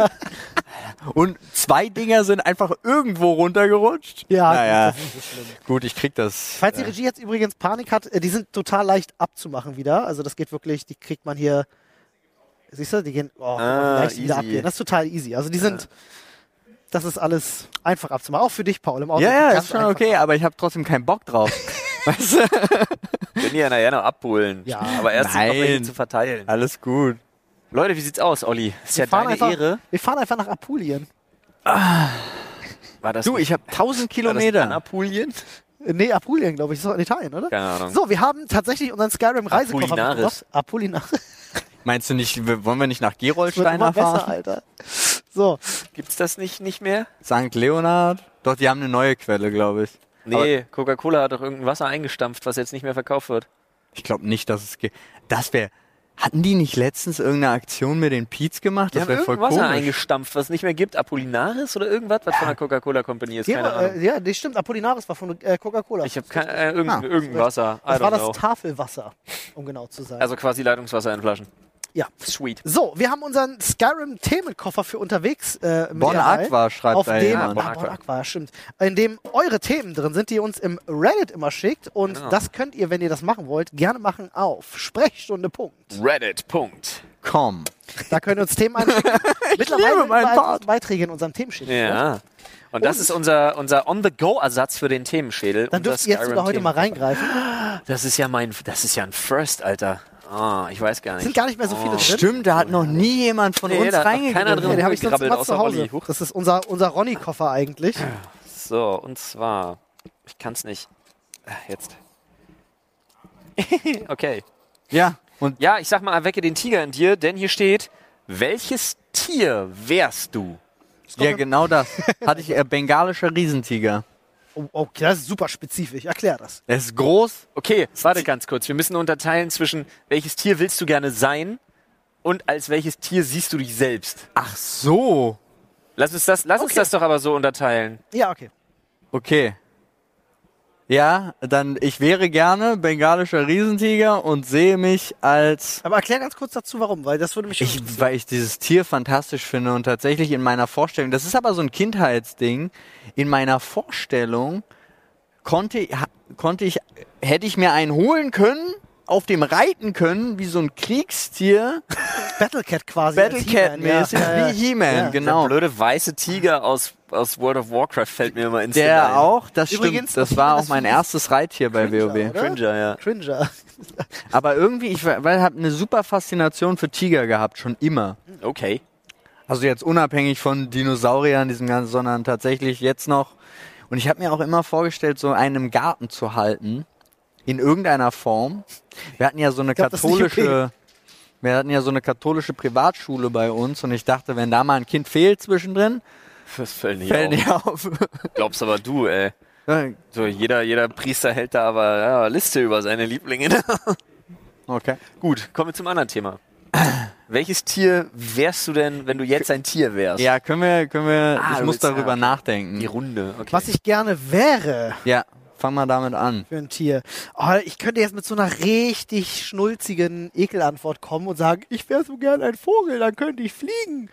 A: Und zwei Dinger sind einfach irgendwo runtergerutscht.
C: Ja,
A: naja.
C: das ist nicht so schlimm.
A: Gut, ich krieg das. äh.
C: Falls die Regie jetzt übrigens Panik hat, äh, die sind total leicht abzumachen wieder. Also das geht wirklich, die kriegt man hier. Siehst du, die gehen oh, kann man
B: Ah,
C: leicht wieder
B: easy.
C: abgehen. Das ist total easy. Also die sind, das ist alles einfach abzumachen. Auch für dich, Paul, im Auto.
A: Ja, ja,
C: Ganz
A: ist schon
C: einfach.
A: okay, aber ich habe trotzdem keinen Bock drauf. weißt du?
B: Können die ja nachher noch abholen.
C: Ja.
B: Aber erst sind noch welche
A: Nein.
B: zu verteilen.
A: Alles gut.
B: Leute, wie sieht's aus, Olli? Ist ja
C: Wir fahren,
B: deine
C: einfach,
B: Ehre.
C: wir fahren einfach nach Apulien.
B: War das
A: Du,
B: nicht-
A: ich habe 1000
B: war das nicht an
A: Kilometer.
B: Apulien?
C: Äh, Nee, Apulien, glaube ich. Ist doch in Italien, oder?
B: Keine Ahnung.
C: So, wir haben tatsächlich unseren Skyrim-Reisekoffer
B: Apollinaris.
C: mitgebracht. Apollinaris.
A: Meinst du nicht, wir- wollen wir nicht nach
C: Wird immer
A: Gerolsteiner
C: besser,
A: fahren?
C: Alter. So,
B: Gibt's das nicht, nicht mehr?
A: St. Leonard? Doch, die haben eine neue Quelle, glaube ich.
B: Nee, Coca-Cola hat doch irgendein Wasser eingestampft, was jetzt nicht mehr verkauft wird.
A: Ich glaube nicht, dass es geht. Das wäre. Hatten die nicht letztens irgendeine Aktion mit den Piets gemacht?
B: Die
A: Das
B: haben
A: wäre voll
B: irgendein Wasser
A: komisch.
B: eingestampft, was es nicht mehr gibt. Apollinaris oder irgendwas, was von der Coca-Cola-Company ist. Keine
C: Gero,
B: Ahnung.
C: äh, Ah. ja, das stimmt. Apollinaris war von äh, Coca-Cola.
B: Ich habe kein, äh, irgendein,
A: Ah.
B: irgendein Wasser. I
C: Das
B: don't
C: war das
B: know.
C: Tafelwasser, um genau zu sein.
B: Also quasi Leitungswasser in Flaschen.
C: Ja.
B: Sweet.
C: So, wir haben unseren Skyrim-Themenkoffer für unterwegs. Äh, mit
A: Bon
C: dabei,
A: Aqua schreibt
C: auf
A: da
C: dem,
A: jemand.
C: Ah, bon Aqua, stimmt. In dem eure Themen drin sind, die ihr uns im Reddit immer schickt. Und
B: Genau.
C: das könnt ihr, wenn ihr das machen wollt, gerne machen auf Sprechstunde. Punkt.
B: Reddit. Punkt.
A: Komm.
C: Da könnt ihr uns Themen anschicken. Mittlerweile
A: liebe
C: sind
A: meinen
C: Be-
A: Part.
C: Beiträge in unserem Themenschädel.
B: Ja. Und das
C: Und-
B: ist unser, unser On-the-Go-Ersatz für den Themenschädel.
C: Dann
B: unser
C: dürft ihr jetzt sogar heute
B: Skyrim-Themen-
C: mal reingreifen.
B: Das ist ja mein, das ist ja ein First, Alter. Ah, ich weiß gar
C: Es sind
B: nicht.
C: gar nicht mehr so
A: Oh,
C: viele drin.
A: Stimmt, da hat noch nie jemand von
B: Nee,
A: uns
B: da hat noch keiner
A: reingegangen.
B: drin.
C: Ja, den habe ich sonst
B: Gegrabbelt
C: immer
B: außer
C: zu Hause.
B: Olli. Huch.
C: Das ist unser, unser Ronny-Koffer eigentlich.
B: So, und zwar, ich kann's nicht. Ah, Jetzt. okay.
A: Ja, und
B: Ja, ich sag mal, erwecke den Tiger in dir, denn hier steht, welches Tier wärst du?
A: ja, genau das. Hatte ich äh, bengalischer Riesentiger.
C: Oh, okay, das ist super spezifisch. Erklär das.
A: Er ist groß.
B: Okay, warte ganz kurz. Wir müssen unterteilen zwischen, welches Tier willst du gerne sein und als welches Tier siehst du dich selbst.
A: Ach so.
B: Lass uns das, lass uns das doch aber so unterteilen.
C: Ja, okay.
A: Okay. Ja, dann ich wäre gerne bengalischer Riesentiger und sehe mich als
C: Aber erklär ganz kurz dazu, warum, weil das würde mich schon
A: ich, weil ich dieses Tier fantastisch finde und tatsächlich in meiner Vorstellung, das ist aber so ein Kindheitsding, in meiner Vorstellung konnte, ha- konnte ich, hätte ich mir einen holen können, auf dem reiten können, wie so ein Kriegstier,
C: Battlecat quasi.
A: Battlecat-mäßig, wie He-Man,
C: Ja.
A: genau.
B: Der blöde weiße Tiger aus, aus World of Warcraft fällt mir immer ins
A: Der auch, das
C: Übrigens,
A: stimmt, das
C: was
A: war
C: war
A: auch
C: das
A: mein
C: für ein-
A: erstes Reittier bei
C: Cringer,
A: WoW.
C: oder?
B: Cringer, ja.
C: Cringer.
A: Aber irgendwie, ich habe eine super Faszination für Tiger gehabt, schon immer.
B: Okay.
A: Also jetzt unabhängig von Dinosauriern, diesem ganzen, sondern tatsächlich jetzt noch. Und ich habe mir auch immer vorgestellt, so einen im Garten zu halten. In irgendeiner Form. Wir hatten ja so eine
C: glaub, das ist nicht
A: katholische. Wir hatten ja so eine katholische Privatschule bei uns und ich dachte, wenn da mal ein Kind fehlt zwischendrin,
B: Das fällt nicht
A: fällt
B: auf.
A: nicht auf.
B: Glaubst aber du, ey. So, jeder, jeder Priester hält da aber ja, Liste über seine Lieblinge.
A: okay.
B: Gut, kommen wir zum anderen Thema. Welches Tier wärst du denn, wenn du jetzt ein Tier wärst?
A: Ja, können wir, können wir,
B: Ah,
A: ich
B: du
A: muss
B: willst- ah,
A: darüber
B: okay. Die
A: nachdenken.
B: Runde, okay.
C: Was ich gerne wäre
A: Ja, fang mal damit an.
C: für ein Tier. Oh, ich könnte jetzt mit so einer richtig schnulzigen Ekelantwort kommen und sagen, ich wäre so gern ein Vogel, dann könnte ich fliegen.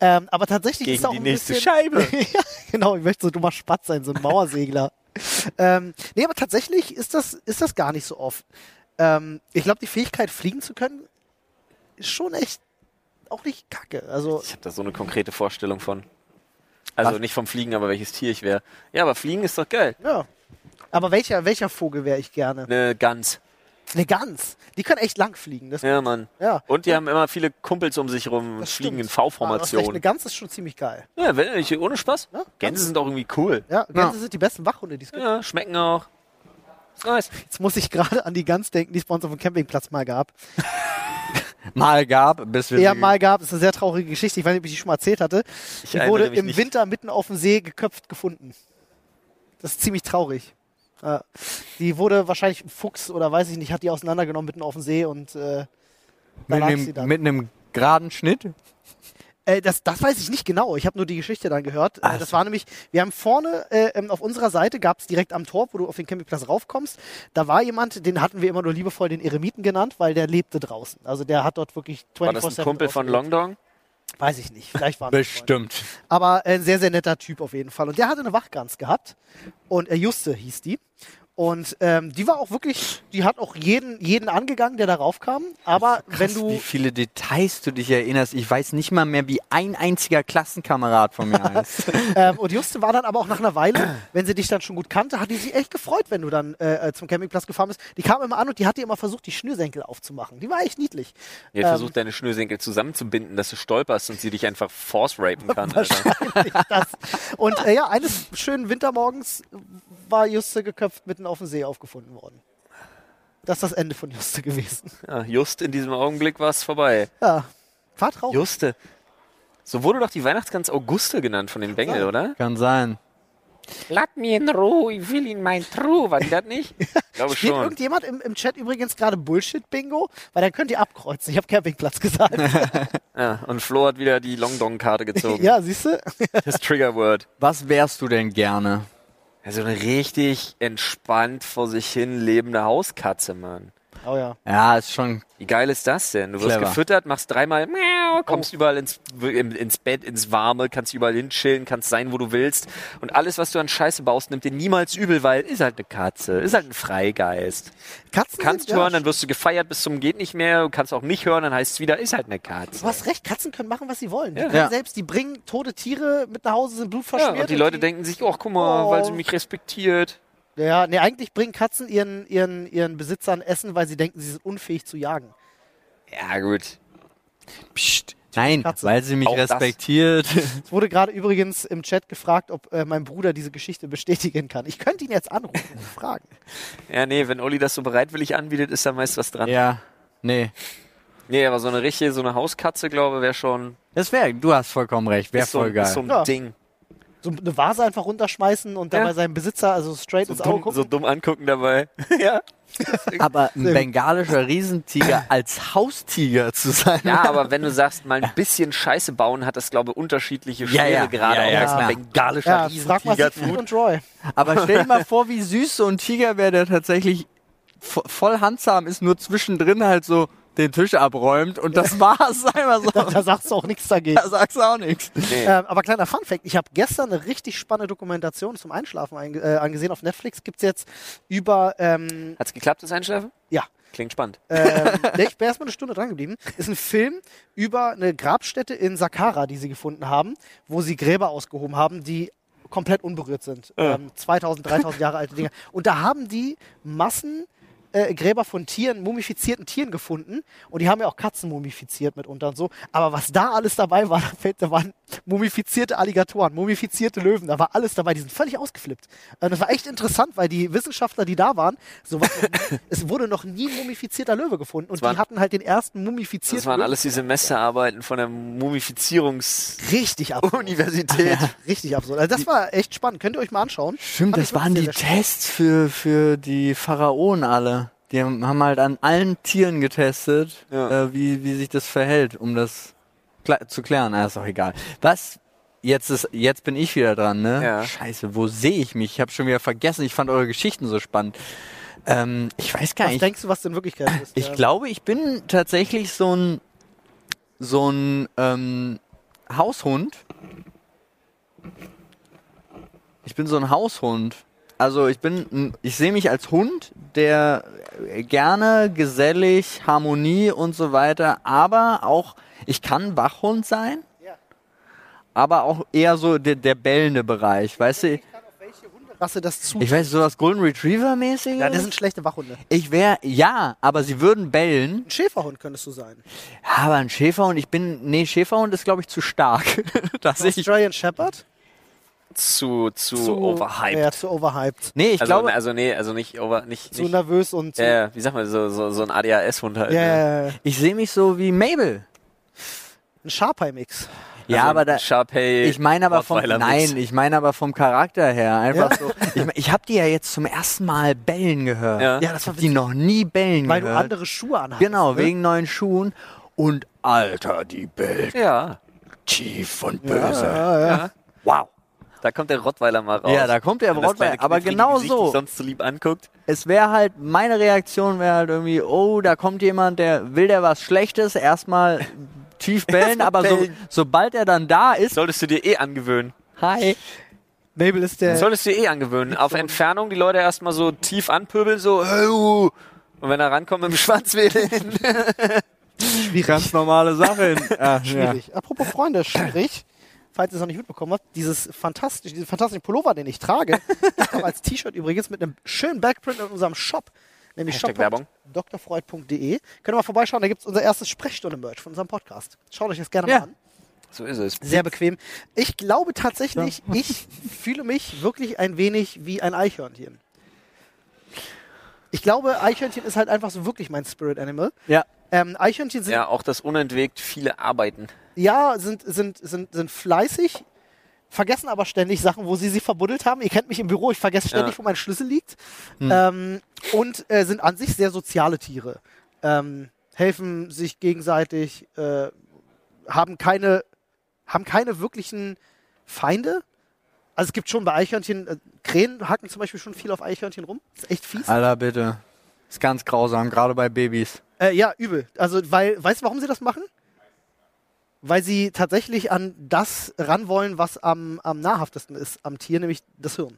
C: Ähm, aber tatsächlich
B: Gegen
C: ist auch
B: die
C: ein
B: nächste
C: bisschen,
B: Scheibe.
C: ja, genau, ich möchte so ein dummer Spatz sein, so ein Mauersegler. ähm, nee, aber tatsächlich ist das, ist das gar nicht so oft. Ähm, ich glaube, die Fähigkeit, fliegen zu können, ist schon echt auch nicht kacke. Also,
B: Ich habe da so eine konkrete Vorstellung von. Also nicht vom Fliegen, aber welches Tier ich wäre. Ja, aber Fliegen ist doch geil.
C: ja. Aber welcher, welcher Vogel wäre ich gerne?
B: Eine Gans.
C: Eine Gans. Die können echt lang fliegen. Das, ja.
B: Ja, Mann. Und die haben immer viele Kumpels um sich rum,
C: das
B: fliegen
C: stimmt.
B: in
C: Ah, du hast recht, Eine
B: V-Formation.
C: Gans ist schon ziemlich geil.
B: Ja, wenn ich, ohne Spaß.
C: Ja,
B: Gänse sind auch irgendwie cool.
C: Ja, Gänse
A: Ja.
C: sind die besten Wachhunde, die es gibt.
B: Ja, schmecken auch. Ist nice.
C: Jetzt muss ich gerade an die Gans denken, die es bei uns auf dem Campingplatz mal gab.
A: Mal gab, bis wir
C: Ja,
A: sie-
C: mal gab, ist eine sehr traurige Geschichte. Ich weiß nicht, ob ich die schon mal erzählt hatte. Die
B: erinnere
C: wurde
B: mich
C: im
B: nicht.
C: Winter mitten auf dem See geköpft gefunden. Das ist ziemlich traurig. Ja. Die wurde wahrscheinlich ein Fuchs oder weiß ich nicht, hat die auseinandergenommen mitten auf dem See und äh, da
A: mit
C: lag sie
A: einem,
C: dann.
A: mit einem geraden Schnitt.
C: Äh, das, das weiß ich nicht genau. Ich habe nur die Geschichte dann gehört. Äh, das war nämlich, wir haben vorne äh, ähm, auf unserer Seite gab es direkt am Tor, wo du auf den Campingplatz raufkommst, da war jemand, den hatten wir immer nur liebevoll den Eremiten genannt, weil der lebte draußen. Also der hat dort wirklich 24
B: War das ein Kumpel von Long Dong?
C: Weiß ich nicht. Vielleicht war
A: Bestimmt.
C: aber äh, ein sehr, sehr netter Typ auf jeden Fall. Und der hatte eine Wachgans gehabt. Und äh, Juste hieß die. Und ähm, die war auch wirklich, die hat auch jeden, jeden angegangen, der da raufkam. Aber wenn
A: Krass,
C: du.
A: wie viele Details du dich erinnerst. Ich weiß nicht mal mehr, wie ein einziger Klassenkamerad von mir heißt.
C: ähm, und Juste war dann aber auch nach einer Weile, wenn sie dich dann schon gut kannte, hat die sich echt gefreut, wenn du dann äh, äh, zum Campingplatz gefahren bist. Die kam immer an und die hat dir immer versucht, die Schnürsenkel aufzumachen. Die war echt niedlich.
B: Ihr versucht deine Schnürsenkel zusammenzubinden, dass du stolperst und sie dich einfach force rapen kann. Alter.
C: Das. Und äh, ja, eines schönen Wintermorgens war Juste geköpft mitten auf dem See aufgefunden worden. Das ist das Ende von Juste gewesen.
B: Ja, just in diesem Augenblick war es vorbei.
C: Ja. War traurig.
B: Juste. So wurde doch die Weihnachtsgans Auguste genannt von den Bengel, oder?
A: Kann sein.
D: Lass mich in Ruhe, ich will in mein Truhe, war die das nicht?
B: Ich glaube
C: Spielt
B: schon.
C: irgendjemand im, im Chat übrigens gerade Bullshit-Bingo? Weil dann könnt ihr abkreuzen. Ich habe Campingplatz gesagt.
B: Ja, und Flo hat wieder die Long Dong Karte gezogen.
C: ja, siehst du?
B: Das Triggerword.
A: Was wärst du denn gerne?
B: Ja, so eine richtig entspannt vor sich hin lebende Hauskatze, Mann.
C: Oh ja.
A: Ja, ist schon
B: Wie geil ist das denn? Du wirst
A: Clever. Oh.
B: gefüttert, machst dreimal, miau, kommst überall ins, im- ins Bett, ins Warme, kannst überall hinchillen, kannst sein, wo du willst. Und alles, was du an Scheiße baust, nimmt dir niemals übel, weil ist halt eine Katze, ist halt ein Freigeist.
C: Katzen
B: Du kannst
C: sind,
B: hören,
C: ja,
B: dann wirst du gefeiert bis zum geht nicht mehr. Du kannst auch nicht hören, dann heißt es wieder, ist halt eine Katze.
C: Du hast recht, Katzen können machen, was sie wollen. Die
B: Ja.
C: können
A: Ja.
C: selbst, die bringen tote Tiere mit nach Hause, sind
B: Ja,
C: blutverschmiert.
B: und die Leute denken sich, oh, guck mal,
C: Oh.
B: weil sie mich respektiert.
C: Ja, nee, eigentlich bringen Katzen ihren, ihren, ihren Besitzern Essen, weil sie denken, sie sind unfähig zu jagen.
B: Ja, gut.
A: Psst. Nein,
C: Katze.
A: weil sie mich
B: Auch das.
A: respektiert.
C: Es wurde gerade übrigens im Chat gefragt, ob äh, mein Bruder diese Geschichte bestätigen kann. Ich könnte ihn jetzt anrufen und fragen.
B: Ja, nee, wenn Olli das so bereitwillig anbietet, ist da meist was dran.
A: ja, nee.
B: Nee, aber so eine richtige, so eine Hauskatze, glaube ich, wäre schon
A: Das wäre, du hast vollkommen recht, wäre
B: ist so,
A: voll
B: ist
A: geil.
B: so ein
C: Ja.
B: Ding.
C: So eine Vase einfach runterschmeißen und
B: Ja.
C: dabei seinem Besitzer, also straight
B: So
C: ins Auge
B: dumm,
C: gucken.
B: so dumm angucken dabei. ja.
A: aber ein
C: gut.
A: bengalischer Riesentiger als Haustiger zu sein.
B: ja, aber wenn du sagst, mal ein bisschen Scheiße bauen, hat das, glaube ich, unterschiedliche
A: Ja,
B: Schwere
A: ja.
B: gerade.
A: Ja, ja,
B: auch
A: klar.
B: ein
C: ja,
B: bengalischer
C: frag mal
B: Riesentiger
C: Siegfried
B: tut.
C: und Roy.
A: Aber stell dir mal vor, wie süß so ein Tiger wäre, der tatsächlich vo- voll handsam ist, nur zwischendrin halt so den Tisch abräumt und das war's. Einmal so.
C: Da, da sagst du auch nichts dagegen.
A: Da sagst du auch nichts.
B: Nee.
C: Ähm, aber kleiner Funfact, ich habe gestern eine richtig spannende Dokumentation zum Einschlafen einge äh, angesehen. Auf Netflix gibt's jetzt über, ähm,
B: Hat's geklappt, das Einschlafen?
C: ja,
B: Klingt spannend.
C: ähm, nee, ich bin erstmal eine Stunde dran geblieben. Ist ein Film über eine Grabstätte in Saqqara, die sie gefunden haben, wo sie Gräber ausgehoben haben, die komplett unberührt sind. Ähm, 2000, 3000 Jahre alte Dinger. Und da haben die Massen äh, Gräber von Tieren, mumifizierten Tieren gefunden. Und die haben ja auch Katzen mumifiziert mitunter und so. Aber was da alles dabei war, da, fällt, da waren mumifizierte Alligatoren, mumifizierte Löwen, da war alles dabei. Die sind völlig ausgeflippt. Äh, das war echt interessant, weil die Wissenschaftler, die da waren, sowas, noch nie- es wurde noch nie mumifizierter Löwe gefunden. Und
B: waren-
C: die hatten halt den ersten
B: Das
C: mumifizierten
B: waren
C: Löwen.
B: alles die Semesterarbeiten von der Mumifizierungsuniversität.
C: richtig absurd. Richtig absurd. Also das war echt spannend. Könnt ihr euch mal anschauen.
A: Stimmt,
C: Fand
A: das
C: ich wirklich
A: waren die
C: sehr, sehr spannend.
A: Tests für, für die Pharaonen alle. Die haben haben halt an allen Tieren getestet,
B: Ja.
A: äh, wie, wie sich das verhält, um das kla- zu klären. Ah, ist auch egal. Was? Jetzt, ist, jetzt bin ich wieder dran, ne?
B: Ja.
A: Scheiße, wo sehe ich mich? Ich habe schon wieder vergessen. Ich fand eure Geschichten so spannend. Ähm, ich weiß gar
C: Was
A: nicht.
C: denkst du, was du in Wirklichkeit ist?
A: Ich glaube, ich bin tatsächlich so ein so ein ähm, Haushund. Ich bin so ein Haushund. Also ich bin, ein- ich sehe mich als Hund, der gerne gesellig, Harmonie und so weiter, aber auch, ich kann Wachhund sein,
C: Ja.
A: aber auch eher so der, der bellende Bereich, weißt du?
C: Rasse das zu.
A: Ich weiß, sowas Golden Retriever-mäßiges?
C: ja, das sind schlechte Wachhunde.
A: ich wäre, ja, aber sie würden bellen,
C: Ein Schäferhund könntest du sein.
A: Ja, aber ein Schäferhund, ich bin. Nee, Schäferhund ist, glaube ich, zu stark. das sehe ich.
C: Australian Shepherd?
B: Zu, zu, overhyped.
C: Ja, zu overhyped.
A: Nee, ich
B: also,
A: glaube.
B: also nee, also nicht over, nicht,
C: Zu
B: nicht
C: nervös und zu.
B: ja, ja, wie sagt man, so, so, so ein ADHS-Hund halt.
C: Ja,
B: ne?
C: ja, ja.
A: Ich sehe mich so wie Mabel.
C: Ein Sharpeye-Mix.
A: Ja,
B: also
A: aber da.
B: Sharpei,
A: Ich meine aber vom
B: Rottweiler-Mix.
A: nein, ich meine aber vom Charakter her einfach
C: Ja.
A: so. Ich, mein, ich habe die ja jetzt zum ersten Mal bellen gehört.
B: Ja.
A: ja das war die noch nie bellen
C: Weil du
A: gehört.
C: andere Schuhe anhast.
A: genau
C: ne?
A: wegen neuen Schuhen und Alter, die bellt
B: Ja,
A: tief und böse.
C: Ja, ja.
A: Wow.
B: da kommt der Rottweiler mal raus.
A: Ja, da kommt der
B: Wenn das kleine
A: Rottweiler. Aber
B: knifflige
A: genau
B: Gesicht dich
A: so.
B: sonst so lieb anguckt.
A: es wäre halt, meine Reaktion wäre halt irgendwie, oh, da kommt jemand, der will der was Schlechtes, erstmal tief bellen,
B: Erstmal
A: aber
B: bellen.
A: So, sobald er dann da ist,
B: Solltest du dir eh angewöhnen.
A: hi.
C: Mabel ist der.
B: Solltest du dir eh angewöhnen. Auf Entfernung die Leute erstmal so tief anpöbeln, so, hey, uh. und wenn er rankommt mit dem Schwanz wedeln.
A: Ganz normale Sache. Ach, ja.
C: schwierig. Apropos Freunde, schwierig. Falls ihr es noch nicht mitbekommen habt, dieses fantastische, diesen fantastischen Pullover, den ich trage, ich habe als T-Shirt übrigens mit einem schönen Backprint in unserem Shop, nämlich
B: Hashtag Werbung.
C: shop.drfreud.de. E. Könnt ihr mal vorbeischauen, da gibt es unser erstes Sprechstunde-Merch von unserem Podcast. Schaut euch das gerne
A: Ja.
C: mal an.
B: So ist es.
C: Sehr bequem. Ich glaube tatsächlich, ich fühle mich wirklich ein wenig wie ein Eichhörnchen. Ich glaube, Eichhörnchen ist halt einfach so wirklich mein Spirit Animal.
A: ja.
C: Ähm, Eichhörnchen sind
B: Ja, auch das unentwegt viele arbeiten.
C: ja, sind, sind, sind, sind fleißig, vergessen aber ständig Sachen, wo sie sie verbuddelt haben. Ihr kennt mich im Büro, ich vergesse ständig,
B: Ja.
C: wo mein Schlüssel liegt. Ähm, und äh, sind an sich sehr soziale Tiere. Ähm, helfen sich gegenseitig, äh, haben, keine, haben keine wirklichen Feinde. Also es
A: Ah.
C: gibt schon bei Eichhörnchen, äh, Krähen hacken zum Beispiel schon viel auf Eichhörnchen rum. ist echt fies.
A: Alter, bitte. Ist ganz grausam, gerade bei Babys.
C: Äh, ja, übel. Also, weil, weißt du, warum sie das machen? Weil sie tatsächlich an das ran wollen, was am, am nahrhaftesten ist, am Tier, nämlich das Hirn.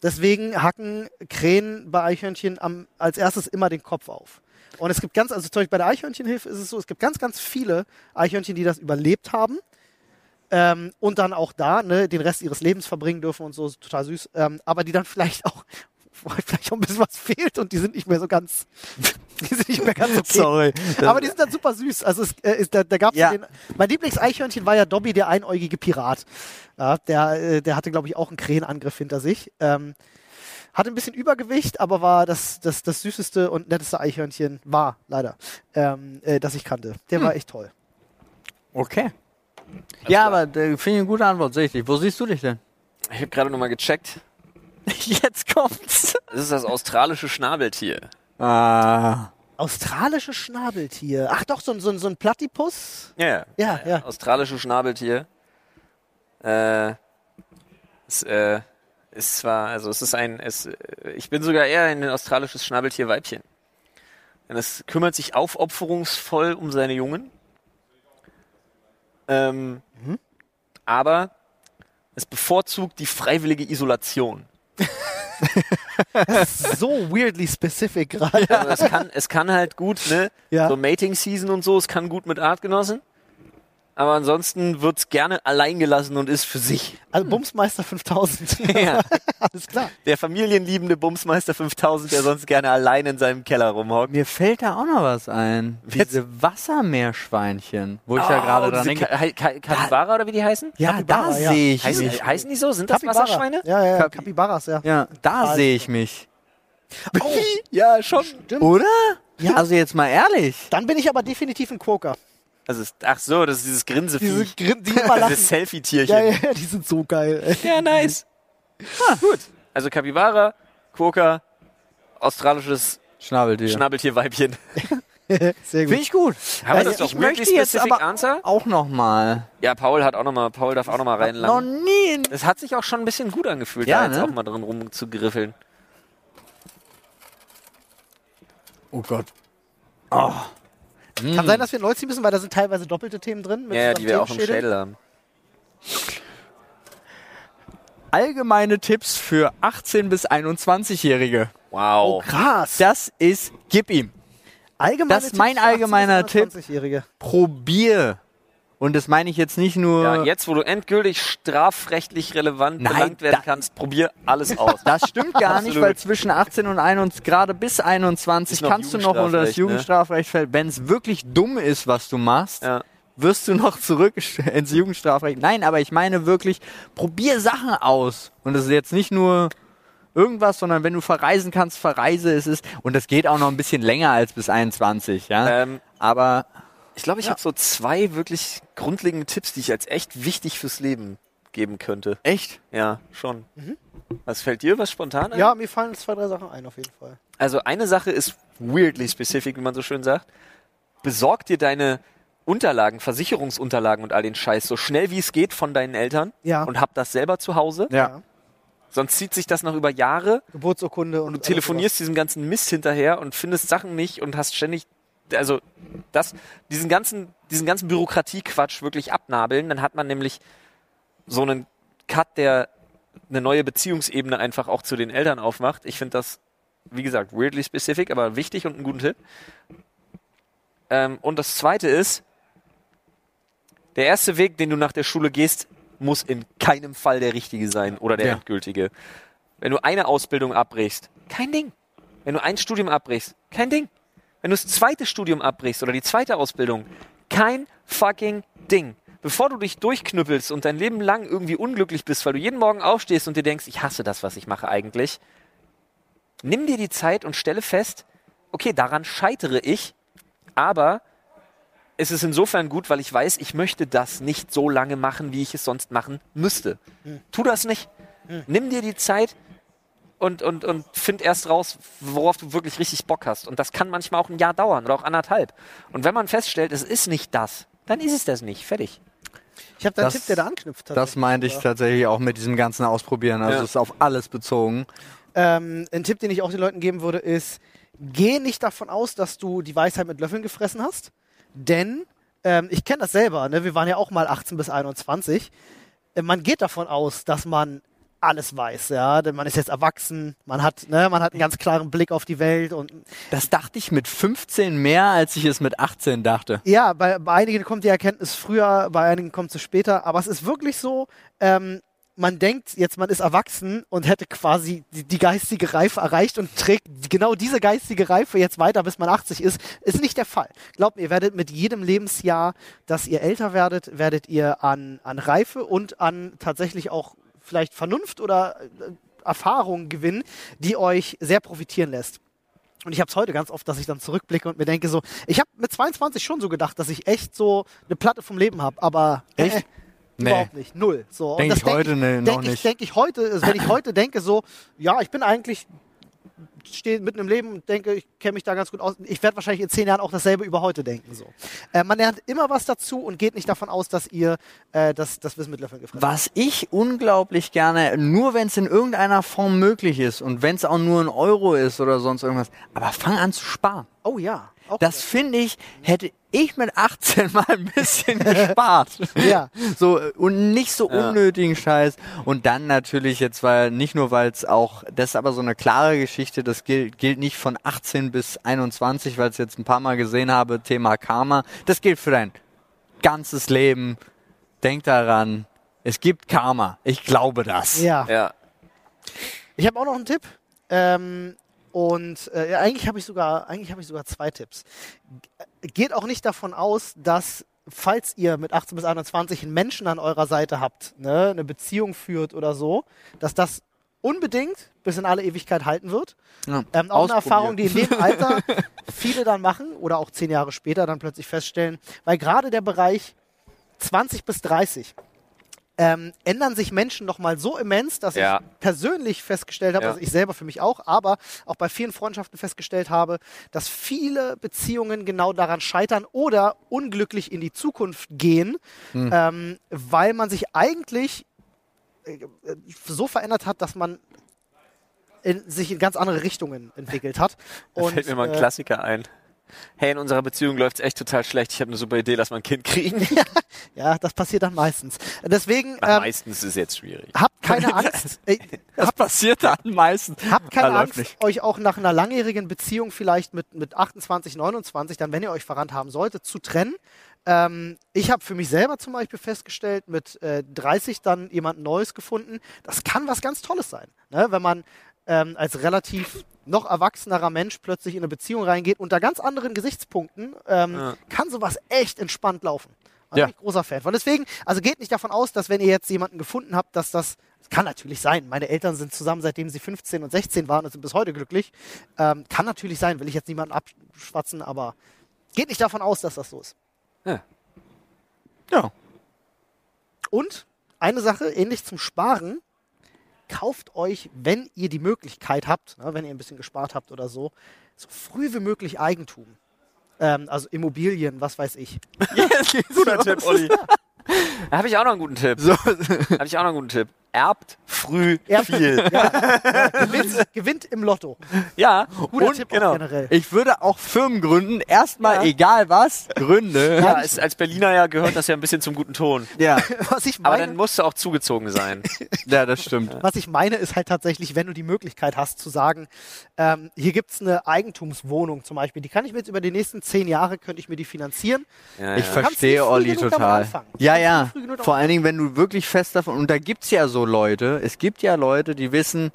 C: Deswegen hacken Krähen bei Eichhörnchen am, als erstes immer den Kopf auf. Und es gibt ganz, also zum Beispiel bei der Eichhörnchenhilfe ist es so, es gibt ganz, ganz viele Eichhörnchen, die das überlebt haben. Ähm, und dann auch da ne, den Rest ihres Lebens verbringen dürfen und so, ist total süß. Ähm, aber die dann vielleicht auch, wo halt vielleicht auch ein bisschen was fehlt und die sind nicht mehr so ganz, die sind nicht mehr ganz okay.
A: Sorry.
C: Aber die sind dann super süß. Also es, äh, ist, da, da gab's
A: Ja.
C: den, mein Lieblingseichhörnchen war ja Dobby, der einäugige Pirat. Ja, der, äh, der hatte, glaube ich, auch einen Krähenangriff hinter sich. Ähm, hatte ein bisschen Übergewicht, aber war das, das, das süßeste und netteste Eichhörnchen, war leider, ähm, äh, das ich kannte. Der war echt toll.
A: Okay. Ja, aber äh, finde ich eine gute Antwort, sehe ich dich. Wo siehst du dich denn?
B: Ich habe gerade nochmal gecheckt.
A: Jetzt kommt's.
B: Das ist das australische Schnabeltier.
A: Ah.
C: Australische Schnabeltier. Ach doch, so, ein- so, ein- so ein Platypus.
B: Ja, ja.
C: Ja, ja.
B: Australische Schnabeltier. Äh, es, äh, ist zwar, also es ist ein, es, äh, ich bin sogar eher ein australisches Schnabeltierweibchen. Denn es kümmert sich aufopferungsvoll um seine Jungen. Ähm, Aber es bevorzugt die freiwillige Isolation.
C: So weirdly specific gerade.
B: Also es kann, es kann halt gut, ne?
C: Ja.
B: So Mating Season und so, es kann gut mit Artgenossen. Aber ansonsten wird's gerne allein gelassen und ist für sich.
C: Also Bumsmeister 5000.
B: Ja.
C: Alles klar.
B: Der familienliebende Bumsmeister 5000, der sonst gerne allein in seinem Keller rumhockt.
A: Mir fällt da auch noch was ein. Diese Wassermeerschweinchen, wo ich ja
B: Ah,
A: gerade dran denke.
B: Capybara oder wie die heißen?
A: Ja,
C: Capybara,
A: da
C: ja.
A: sehe ich
B: Heißen,
A: mich.
B: heißen die so? Sind das
C: Capybara.
B: Wasserschweine?
C: Ja, ja, ja.
A: Capi-
C: Capybaras, ja.
A: Ja, da
C: Also.
A: sehe ich mich.
B: Ja, schon.
A: Oder?
C: Ja.
A: Also jetzt mal ehrlich.
C: Dann bin ich aber definitiv ein Quoker.
B: Also, es- ach so, das ist dieses
C: Hm. Diese
B: Grinseviech.
C: Grin, die immer
B: Dieses
C: lachen.
B: Selfie-Tierchen.
C: Ja, ja, die sind so geil. Ey.
B: Ja, nice. gut. Also Capybara, Quokka, australisches
A: Schnabeltier.
B: Schnabeltierweibchen.
C: Sehr gut.
A: Finde ich gut.
B: Haben wir
A: Also
B: das doch
A: ich möchte
B: möglichst
A: jetzt
B: specific
A: aber
B: answer?
A: auch noch mal.
B: Ja, Paul hat auch noch mal, Paul darf auch noch mal
A: Noch
B: reinlangen.
A: nie. in-
B: Es hat sich auch schon ein bisschen gut angefühlt,
A: Ja,
B: da jetzt
A: ne?
B: auch mal drin rumzugriffeln.
A: Oh Gott.
C: Kann sein, dass wir ein Leut ziehen müssen, weil da sind teilweise doppelte Themen drin. mit
B: Ja, ja,
C: unserem
B: die wir auch im
C: Themenschädel.
B: Schädel haben.
A: Allgemeine Tipps für 18 bis 21-Jährige.
B: Wow.
C: Krass.
A: Das ist gib ihm.
C: Allgemeine
A: Das ist mein
C: Tipps für 18- bis
A: allgemeiner Tipp.
C: 21-Jährige.
A: Probier. Und das meine ich jetzt nicht nur
B: Ja, jetzt, wo du endgültig strafrechtlich relevant
A: Nein,
B: belangt werden
A: da-
B: kannst, probier alles aus.
A: Das stimmt gar nicht,
B: Absolut.
A: weil zwischen 18 und 21, gerade bis 21,
B: Ist noch
A: kannst du noch unter das
B: Jugendstrafrecht, ne?
A: Jugendstrafrecht fällt. Wenn es wirklich dumm ist, was du machst,
B: Ja.
A: wirst du noch zurück ins Jugendstrafrecht. Nein, aber ich meine wirklich, probier Sachen aus. Und das ist jetzt nicht nur irgendwas, sondern wenn du verreisen kannst, verreise es ist. Und das geht auch noch ein bisschen länger als bis 21, ja.
B: Ähm,
A: aber
B: ich glaube, ich habe so zwei wirklich grundlegende Tipps, die ich als echt wichtig fürs Leben geben könnte.
A: echt,
B: Ja, schon. Was fällt dir was spontan ein?
C: Ja, mir fallen zwei, drei Sachen ein auf jeden Fall.
B: Also eine Sache ist weirdly specific, wie man so schön sagt. Besorg dir deine Unterlagen, Versicherungsunterlagen und all den Scheiß so schnell wie es geht von deinen Eltern
C: Ja.
B: und hab das selber zu Hause.
A: ja.
B: Sonst zieht sich das noch über Jahre
C: Geburtsurkunde und
B: und du telefonierst diesem ganzen Mist hinterher und findest Sachen nicht und hast ständig also das diesen ganzen diesen ganzen Bürokratiequatsch wirklich abnabeln, dann hat man nämlich so einen Cut, der eine neue Beziehungsebene einfach auch zu den Eltern aufmacht. Ich finde das wie gesagt weirdly specific, aber wichtig und einen guten Tipp. Ähm, und das zweite ist der erste Weg, den du nach der Schule gehst, muss in keinem Fall der richtige sein oder der
A: Ja.
B: endgültige. Wenn du eine Ausbildung abbrichst, kein Ding. Wenn du ein Studium abbrichst, kein Ding. Wenn du das zweite Studium abbrichst oder die zweite Ausbildung, kein fucking Ding. Bevor du dich durchknüppelst und dein Leben lang irgendwie unglücklich bist, weil du jeden Morgen aufstehst und dir denkst, ich hasse das, was ich mache eigentlich, nimm dir die Zeit und stelle fest, okay, daran scheitere ich, aber es ist insofern gut, weil ich weiß, ich möchte das nicht so lange machen, wie ich es sonst machen müsste. Tu das nicht. Nimm dir die Zeit und, und, und find erst raus, worauf du wirklich richtig Bock hast. Und das kann manchmal auch ein Jahr dauern oder auch anderthalb. Und wenn man feststellt, es ist nicht das, dann ist es das nicht. Fertig.
C: Ich habe da einen
A: Das-
C: Tipp, der da anknüpft.
A: Das meinte ich
C: tatsächlich.
A: tatsächlich auch mit diesem ganzen Ausprobieren. Also
B: Ja.
A: es ist auf alles bezogen.
C: Ähm, ein Tipp, den ich auch den Leuten geben würde, ist, geh nicht davon aus, dass du die Weisheit mit Löffeln gefressen hast, denn ähm, ich kenne das selber, ne? wir waren ja auch mal 18 bis 21. Äh, man geht davon aus, dass man alles weiß, ja, denn man ist jetzt erwachsen, man hat, ne, man hat einen ganz klaren Blick auf die Welt und
A: Das dachte ich mit 15 mehr, als ich es mit 18 dachte.
C: Ja, bei, bei einigen kommt die Erkenntnis früher, bei einigen kommt sie später. Aber es ist wirklich so, ähm, man denkt jetzt, man ist erwachsen und hätte quasi die, die geistige Reife erreicht und trägt die- genau diese geistige Reife jetzt weiter, bis man 80 ist. Ist nicht der Fall. Glaubt mir, ihr werdet mit jedem Lebensjahr, dass ihr älter werdet, werdet ihr an, an Reife und an tatsächlich auch vielleicht Vernunft oder äh, Erfahrung gewinnen, die euch sehr profitieren lässt. Und ich habe es heute ganz oft, dass ich dann zurückblicke und mir denke so, ich habe mit 22 schon so gedacht, dass ich echt so eine Platte vom Leben habe, aber
A: Echt?
C: Äh, überhaupt nicht, null. So. Und
A: Denk
C: das
A: ich heute ne,
C: denk
A: noch
C: ich,
A: nicht.
C: Denke ich heute, also wenn ich heute denke so, ja, ich bin eigentlich stehe mitten im Leben und denke, ich kenne mich da ganz gut aus. Ich werde wahrscheinlich in zehn Jahren auch dasselbe über heute denken. So. Äh, man lernt immer was dazu und geht nicht davon aus, dass ihr äh, das, das Wissen mit Löffeln gefressen
A: Was ich unglaublich gerne, nur wenn es in irgendeiner Form möglich ist und wenn es auch nur ein Euro ist oder sonst irgendwas, aber fang an zu sparen.
C: habt. Oh ja. Auch
A: Das finde ich, hätte ich mit 18 mal ein bisschen gespart.
C: gut. ja.
A: So, äh, und nicht so
B: Ja.
A: unnötigen Scheiß. Und dann natürlich jetzt, weil nicht nur, weil es auch, das ist aber so eine klare Geschichte, das gilt, gilt nicht von 18 bis 21, weil ich es jetzt ein paar Mal gesehen habe, Thema Karma. Das gilt für dein ganzes Leben. Denk daran, es gibt Karma. Ich glaube das.
C: ja.
B: Ja.
C: Ich habe auch noch einen Tipp. Ähm, und äh, ja, eigentlich habe ich sogar, eigentlich habe ich sogar zwei Tipps. G- äh, Geht auch nicht davon aus, dass falls ihr mit 18 bis 21 einen Menschen an eurer Seite habt, ne, eine Beziehung führt oder so, dass das unbedingt bis in alle Ewigkeit halten wird.
A: Ja.
C: Ähm, auch eine
A: Ausprobieren.
C: Erfahrung, die in dem Alter viele dann machen oder auch zehn Jahre später dann plötzlich feststellen, weil gerade der Bereich 20 bis 30 ähm, ändern sich Menschen nochmal so immens, dass
B: Ja.
C: ich persönlich festgestellt habe,
B: Ja.
C: also ich selber für mich auch, aber auch bei vielen Freundschaften festgestellt habe, dass viele Beziehungen genau daran scheitern oder unglücklich in die Zukunft gehen,
B: Hm.
C: ähm, weil man sich eigentlich äh, äh, so verändert hat, dass man in, sich in ganz andere Richtungen entwickelt hat.
B: Da fällt mir mal ein
C: äh,
B: Klassiker ein. Hey, in unserer Beziehung läuft's echt total schlecht. Ich habe eine super Idee, lass mal ein Kind kriegen.
C: ja, das passiert dann meistens. Deswegen
B: Na,
C: ähm,
B: meistens ist jetzt schwierig.
C: habt keine Angst. Äh,
A: Das passiert dann meistens.
C: Habt keine
A: Ah, läuft
C: Angst, euch auch nach einer langjährigen Beziehung vielleicht mit, mit 28, 29, dann, wenn ihr euch verrannt haben solltet, zu trennen. Ähm, ich habe für mich selber zum Beispiel festgestellt, mit äh, 30 dann jemand Neues gefunden. Das kann was ganz Tolles sein, ne? wenn man ähm, als relativ noch erwachsenerer Mensch plötzlich in eine Beziehung reingeht unter ganz anderen Gesichtspunkten, ähm,
B: Ja.
C: kann sowas echt entspannt laufen. Da
A: Ja.
C: bin ich großer Fan von. Deswegen, also geht nicht davon aus, dass wenn ihr jetzt jemanden gefunden habt, dass das, das kann natürlich sein. Meine Eltern sind zusammen, seitdem sie 15 und 16 waren und sind bis heute glücklich. Ähm, kann natürlich sein, will ich jetzt niemanden abschwatzen, aber geht nicht davon aus, dass das so ist.
A: Ja.
C: Und eine Sache, ähnlich zum Sparen, kauft euch, wenn ihr die Möglichkeit habt, ne, wenn ihr ein bisschen gespart habt oder so, so früh wie möglich Eigentum. Ähm, also Immobilien, was weiß ich.
B: Guter Tipp, Olli. Da habe ich auch noch einen guten Tipp.
A: So,
B: Habe ich auch noch einen guten Tipp. Erbt früh
C: Erbt-
B: viel.
C: Gewinnt, gewinnt im Lotto.
B: Ja,
C: Guter
B: und
C: Tipp auch
B: genau.
C: generell.
A: ich würde auch Firmen gründen. Erstmal
C: Ja.
A: egal was, Gründe.
B: Ja, als, als Berliner ja gehört das ja ein bisschen zum guten Ton.
A: Ja,
C: Was ich
B: Aber
C: meine,
B: dann musst du auch zugezogen sein.
A: ja das stimmt.
C: Was ich meine, ist halt tatsächlich, wenn du die Möglichkeit hast zu sagen, ähm, hier gibt's eine Eigentumswohnung zum Beispiel, die kann ich mir jetzt über die nächsten zehn Jahre, könnte ich mir die finanzieren.
B: Ja,
A: Ich
B: ja.
C: kannst nicht
A: verstehe
C: früh
A: Olli
C: genug damit
A: total.
C: anfangen. Du
A: Ja,
C: kannst
A: ja.
C: nicht früh genug damit
A: Vor allen Dingen, wenn du wirklich fest davon, und da gibt's ja so Leute, es gibt ja Leute, die wissen,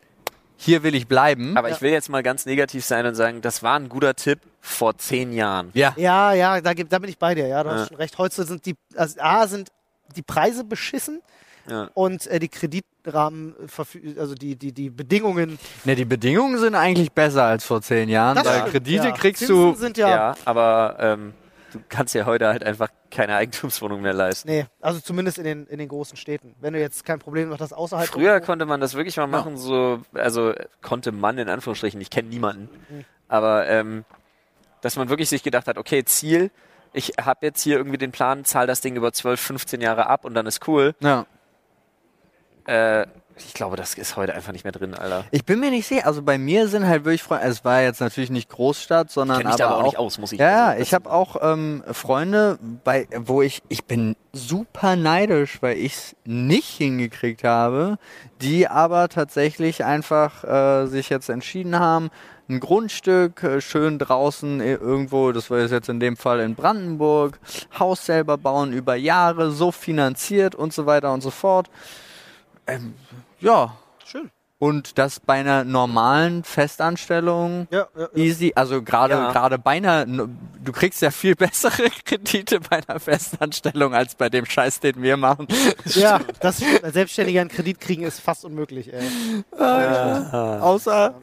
A: hier will ich bleiben.
B: Aber ich will jetzt mal ganz negativ sein und sagen, das war ein guter Tipp vor zehn Jahren.
A: ja.
C: Ja, ja, da, gibt- da bin ich bei dir, ja, du
B: Ja.
C: hast schon recht. Heute sind die, also A, sind die Preise beschissen
B: Ja.
C: und äh, die Kreditrahmen, verfü- also die, die, die Bedingungen.
A: Ne, die Bedingungen sind eigentlich besser als vor zehn Jahren.
C: Das
A: Bei
C: stimmt,
A: Kredite
C: ja.
A: kriegst
C: Zinsen
A: du.
C: sind
B: Ja,
C: ja,
B: aber ähm, du kannst ja heute halt einfach keine Eigentumswohnung mehr leisten.
C: Nee, also zumindest in den, in den großen Städten. Wenn du jetzt kein Problem hast, das
A: halt
C: außerhalb.
B: Früher
C: irgendwo-
B: konnte man das wirklich mal machen, so, also äh, konnte man in Anführungsstrichen, ich kenne niemanden,
A: Mhm.
B: aber ähm, dass man wirklich sich gedacht hat, okay, Ziel, ich habe jetzt hier irgendwie den Plan, zahl das Ding über 12, 15 Jahre ab und dann ist cool.
A: Ja.
B: Äh, Ich glaube, das ist heute einfach nicht mehr drin, Alter.
A: Ich bin mir nicht sicher. Also bei mir sind halt wirklich Freunde. Es war jetzt natürlich nicht Großstadt, sondern
B: Kenn mich
A: aber,
B: da aber auch
A: auch
B: nicht aus, muss ich
A: Ja,
B: also
A: ich habe auch ähm, Freunde, bei wo ich ich bin super neidisch, weil ich es nicht hingekriegt habe, die aber tatsächlich einfach äh, sich jetzt entschieden haben, ein Grundstück äh, schön draußen i- irgendwo, das war jetzt in dem Fall in Brandenburg, Haus selber bauen über Jahre, so finanziert und so weiter und so fort. Ähm, ja,
C: Schön.
A: und das bei einer normalen Festanstellung
C: Ja, ja, ja.
A: easy, also gerade
B: Ja.
A: gerade bei einer, du kriegst ja viel bessere Kredite bei einer Festanstellung als bei dem Scheiß, den wir machen.
C: ja das stimmt. Als Selbstständiger einen Kredit kriegen ist fast unmöglich. Ey.
A: Außer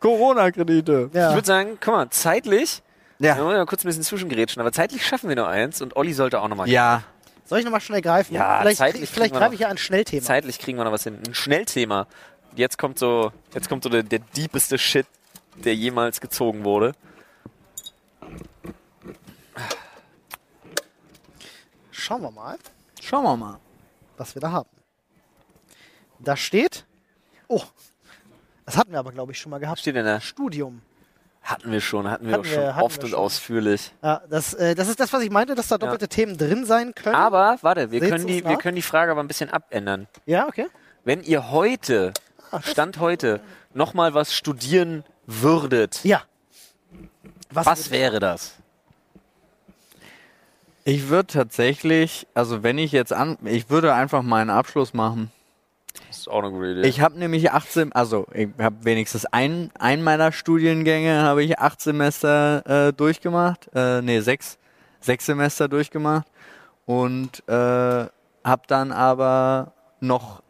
A: Corona-Kredite.
B: Ich
C: Ja.
B: würde sagen, guck mal, zeitlich, ja. wir
A: Ja.
B: wollen mal kurz ein bisschen zwischengrätschen, aber zeitlich schaffen wir nur eins und Olli sollte auch nochmal.
A: Ja.
C: Soll ich nochmal schnell greifen?
B: Ja,
C: vielleicht
B: zeitlich
C: krieg- vielleicht
B: kriegen wir
C: greife
B: noch-
C: ich ja an Schnellthema.
B: Genau. Zeitlich kriegen wir noch was hin. Ein Schnellthema. Jetzt kommt so, jetzt kommt so der, der deepeste Shit, der jemals gezogen wurde.
C: Schauen wir mal,
A: Schauen wir mal.
C: was wir da haben. Da steht. Oh, das hatten wir aber, glaube ich, schon mal gehabt.
B: Steht in der.
C: Studium.
B: Hatten wir schon, hatten wir
C: Hatten
B: schon
C: wir- hatten
B: oft
C: wir
B: und
C: schon.
B: ausführlich.
C: Ja, das, äh, das ist das, was ich meinte, dass da doppelte Themen drin sein können.
B: Aber, warte, wir
C: Seht's
B: können, die,
C: uns
B: wir
C: nach?
B: können die Frage aber ein bisschen abändern.
C: Ja, okay.
B: Wenn ihr heute,
C: Ah,
B: Stand heute, nochmal was studieren würdet,
C: Ja. Was,
B: was wäre das?
A: Ich würde tatsächlich, also wenn ich jetzt an, ich würde einfach meinen Abschluss machen.
B: Das ist auch eine gute Idee.
A: Ich habe nämlich 18, also ich habe wenigstens ein, ein meiner Studiengänge habe ich acht Semester äh, durchgemacht, äh, nee sechs, sechs Semester durchgemacht und äh, habe dann aber noch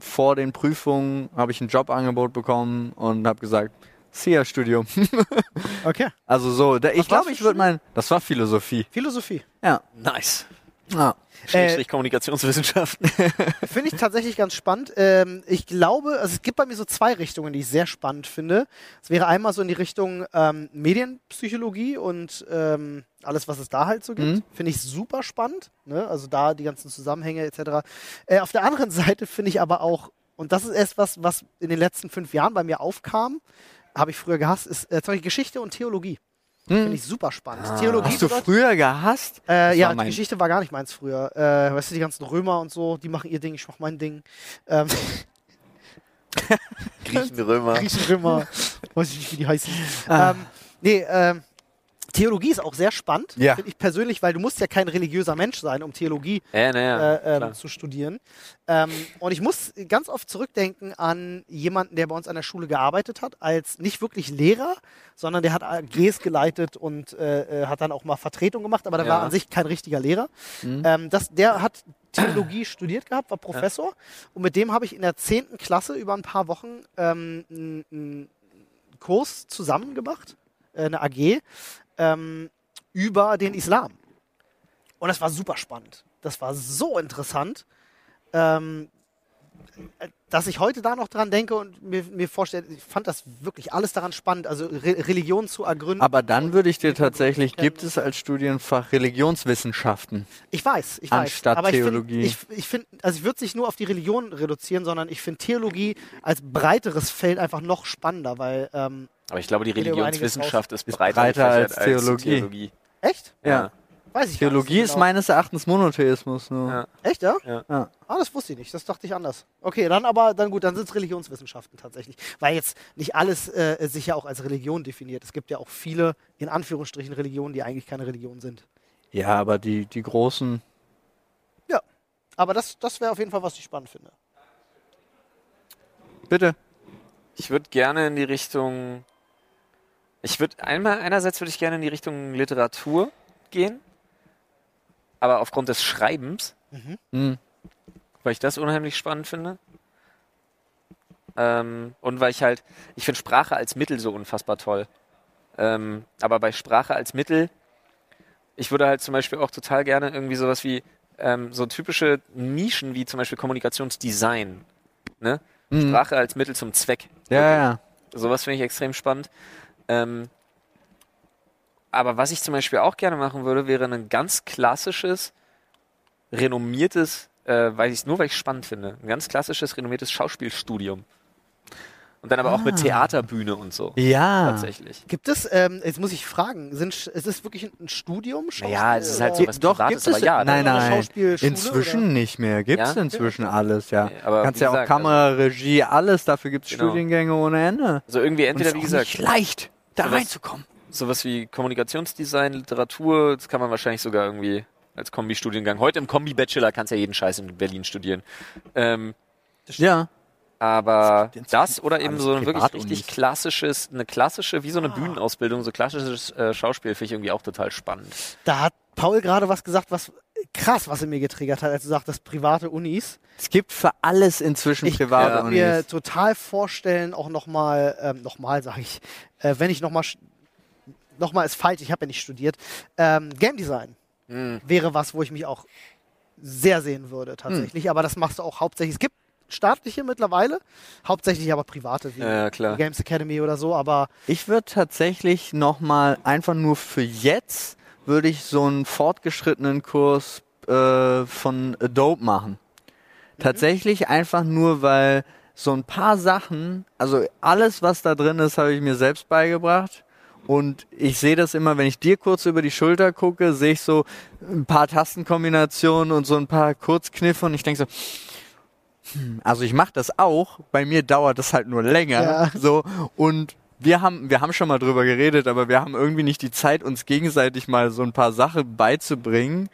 A: vor den Prüfungen habe ich ein Jobangebot bekommen und habe gesagt, see ya Studium.
C: Okay.
A: also so, da, ich
C: war's
A: glaube, ich
C: für
A: würde mein, das war Philosophie.
C: Philosophie.
A: Ja, Ah.
B: nice.
A: ja.
B: Schrägstrich
C: Äh,
B: Kommunikationswissenschaften.
C: Finde ich tatsächlich ganz spannend. Ähm, ich glaube, also es gibt bei mir so zwei Richtungen, die ich sehr spannend finde. Es wäre einmal so in die Richtung ähm, Medienpsychologie und ähm, alles, was es da halt so gibt.
A: Mhm.
C: Finde ich super spannend. Ne? Also da die ganzen Zusammenhänge etc. Äh, auf der anderen Seite finde ich aber auch, und das ist erst was, was in den letzten fünf Jahren bei mir aufkam, habe ich früher gehasst, ist äh, zum Beispiel Geschichte und Theologie. Finde ich super spannend. Theologie
A: Hm. Ah, Hast du
C: bedeutet-
A: früher gehasst?
C: äh, ja,
A: war mein-
C: die Geschichte war gar nicht meins früher. Äh, weißt du, die ganzen Römer und so, die machen ihr Ding, ich mach mein Ding. Ähm,
B: Griechen, Römer.
C: Griechen, Römer, weiß ich nicht, wie die heißen.
A: Ah.
C: Ähm, nee, ähm, Theologie ist auch sehr spannend,
A: Ja.
C: finde ich persönlich, weil du musst ja kein religiöser Mensch sein, um Theologie
B: Ja, naja.
C: äh, ähm,
B: klar.
C: zu studieren. Ähm, und ich muss ganz oft zurückdenken an jemanden, der bei uns an der Schule gearbeitet hat, als nicht wirklich Lehrer, sondern der hat AGs geleitet und äh, äh, hat dann auch mal Vertretung gemacht, aber der
B: Ja. Mhm.
C: war an sich kein richtiger Lehrer. Ähm, das, der hat Theologie studiert gehabt, war Professor und mit dem habe ich in der 10. Klasse über ein paar Wochen ähm, n- n- Kurs zusammen gemacht, äh, eine AG, ähm, über den Islam. Und das war super spannend. Das war so interessant, ähm, dass ich heute da noch dran denke und mir, mir vorstelle, ich fand das wirklich alles daran spannend, also Re Religion zu ergründen.
A: Aber dann würde ich dir tatsächlich, gibt es als Studienfach Religionswissenschaften?
C: ich weiß, ich weiß.
A: Anstatt
C: aber
A: Theologie.
C: Ich finde, ich, ich find, also ich würde es nicht nur auf die Religion reduzieren, sondern ich finde Theologie als breiteres Feld einfach noch spannender, weil, ähm,
B: Aber ich glaube, die
C: Geht ja um einiges
B: Religionswissenschaft ist breiter,
A: breiter
B: gefächert
A: als Theologie.
C: echt?
A: Ja.
C: Weiß ich gar
A: Theologie
C: nicht
A: ist
C: so genau.
A: meines Erachtens Monotheismus nur.
B: Ja.
C: Echt, ja?
B: Ja.
A: Ja.
C: Ah, das wusste ich nicht. Das dachte ich anders. Okay, dann aber, dann gut, dann sind es Religionswissenschaften tatsächlich. Weil jetzt nicht alles äh, sich ja auch als Religion definiert. Es gibt ja auch viele, in Anführungsstrichen, Religionen, die eigentlich keine Religion sind.
A: Ja, aber die, die großen.
C: Ja. Aber das, das wäre auf jeden Fall, was ich spannend finde.
A: Bitte.
B: Ich würde gerne in die Richtung. Ich würde einmal einerseits würde ich gerne in die Richtung Literatur gehen, aber aufgrund des Schreibens,
A: Hm.
B: weil ich das unheimlich spannend finde. Ähm, und weil ich halt, ich finde Sprache als Mittel so unfassbar toll. Ähm, aber bei Sprache als Mittel, ich würde halt zum Beispiel auch total gerne irgendwie sowas wie ähm, so typische Nischen wie zum Beispiel Kommunikationsdesign. Ne?
A: Mhm.
B: Sprache als Mittel zum Zweck.
A: Ja, ja.
B: Sowas finde ich extrem spannend. Ähm, aber was ich zum Beispiel auch gerne machen würde, wäre ein ganz klassisches, renommiertes äh, weil ich es nur, weil ich es spannend finde. Ein ganz klassisches, renommiertes Schauspielstudium. Und dann aber auch mit Theaterbühne und so.
A: Ah. Ja.
B: Tatsächlich.
C: Gibt es, ähm, jetzt muss ich fragen, sind, Sch- ist es wirklich ein Studium? Schauspiel
B: Naja, es ist halt
C: oder-
B: so was
A: Doch,
B: Privates,
A: gibt es
B: aber ja.
A: nein,
C: oder
A: nein.
C: Schauspielschule
A: Inzwischen
C: oder-
A: nicht mehr. Gibt es
B: Ja?
A: inzwischen alles, ja.
B: Nee, aber
A: Kannst
B: wie
A: ja auch
B: gesagt, also
A: Kamera, Regie, alles. Dafür gibt es
B: Genau.
A: Studiengänge ohne Ende.
B: Also irgendwie
A: Und ist
B: entweder, wie
A: auch
B: gesagt,
A: nicht leicht, da
B: Aber-
A: reinzukommen.
B: sowas wie Kommunikationsdesign, Literatur, das kann man wahrscheinlich sogar irgendwie als Kombi-Studiengang. Heute im Kombi-Bachelor kannst ja jeden Scheiß in Berlin studieren. Ähm,
A: Ja.
B: aber
A: gibt denn
B: das
A: sonst
B: oder eben
A: alles
B: so ein wirklich
A: Privatunis?
B: richtig klassisches, eine klassische, wie so eine Bühnenausbildung, so klassisches äh, Schauspiel finde ich irgendwie auch total spannend.
C: Da hat Paul gerade was gesagt, was äh, krass, was in mir getriggert hat, als du sagtest, private Unis.
A: Es gibt für alles inzwischen
C: Ich
A: private
B: kann
C: Ich kann mir
A: Unis.
C: total vorstellen, auch nochmal, ähm, nochmal sage ich, äh, wenn ich nochmal, nochmal ist falsch, ich habe ja nicht studiert, ähm, Game Design
B: Hm.
C: wäre was, wo ich mich auch sehr sehen würde tatsächlich, aber das machst du auch hauptsächlich. Es gibt staatliche mittlerweile, hauptsächlich aber private, wie
B: Ja, klar.
C: Games Academy oder so, aber
A: Ich würde tatsächlich nochmal einfach nur für jetzt würde ich so einen fortgeschrittenen Kurs äh, von Adobe machen. Mhm. Tatsächlich einfach nur, weil so ein paar Sachen, also alles, was da drin ist, habe ich mir selbst beigebracht. Und ich sehe das immer, wenn ich dir kurz über die Schulter gucke, sehe ich so ein paar Tastenkombinationen und so ein paar Kurzkniffe und ich denke so, also ich mache das auch, bei mir dauert das halt nur länger.
C: Ja.
A: So und wir haben, wir haben schon mal drüber geredet, aber wir haben irgendwie nicht die Zeit, uns gegenseitig mal so ein paar Sachen beizubringen.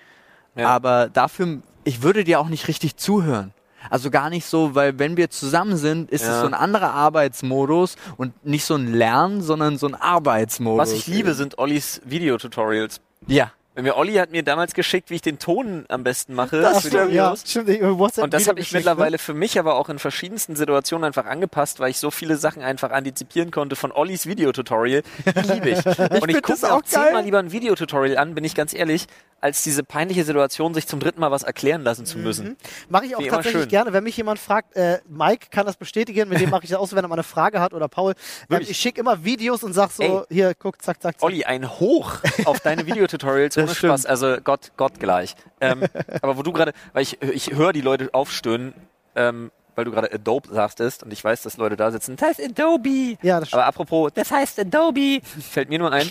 B: Ja.
A: Aber dafür, ich würde dir auch nicht richtig zuhören. Also gar nicht so, weil wenn wir zusammen sind, ist es
B: Ja.
A: so ein anderer Arbeitsmodus und nicht so ein Lernen, sondern so ein Arbeitsmodus.
B: Was ich liebe, sind Ollis Videotutorials.
A: Ja.
B: Wenn wir Olli hat mir damals geschickt, wie ich den Ton am besten mache. für die
C: ja,
B: Videos.
C: stimmt, über WhatsApp
B: Und das
C: wieder
B: habe ich
C: geschickt, ne?
B: mittlerweile für mich aber auch in verschiedensten Situationen einfach angepasst, weil ich so viele Sachen einfach antizipieren konnte von Ollis Videotutorial. Die liebe ich. Und ich
A: find
B: gucke
A: das
B: mir
A: auch
B: auch zehnmal
A: geil.
B: lieber ein Videotutorial an, bin ich ganz ehrlich, als diese peinliche Situation, sich zum dritten Mal was erklären lassen zu müssen.
C: Mache ich auch
B: Wie immer
C: tatsächlich
B: schön.
C: gerne, wenn mich jemand fragt, äh, Mike kann das bestätigen, mit dem mache ich das auch so, wenn er mal eine Frage hat oder Paul. Ähm,
B: Wirklich?
C: ich schicke immer Videos und sag so,
B: Ey.
C: hier, guck, zack, zack, zack.
B: Olli, ein Hoch auf deine Videotutorials ohne
A: stimmt.
B: Spaß. Also Gott, Gott gleich. Ähm, aber wo du gerade, weil ich, ich höre die Leute aufstöhnen, ähm, weil du gerade Adobe sagtest und ich weiß, dass Leute da sitzen. Das heißt Adobe.
C: Ja, das
B: Aber apropos, das heißt Adobe, fällt mir nur ein.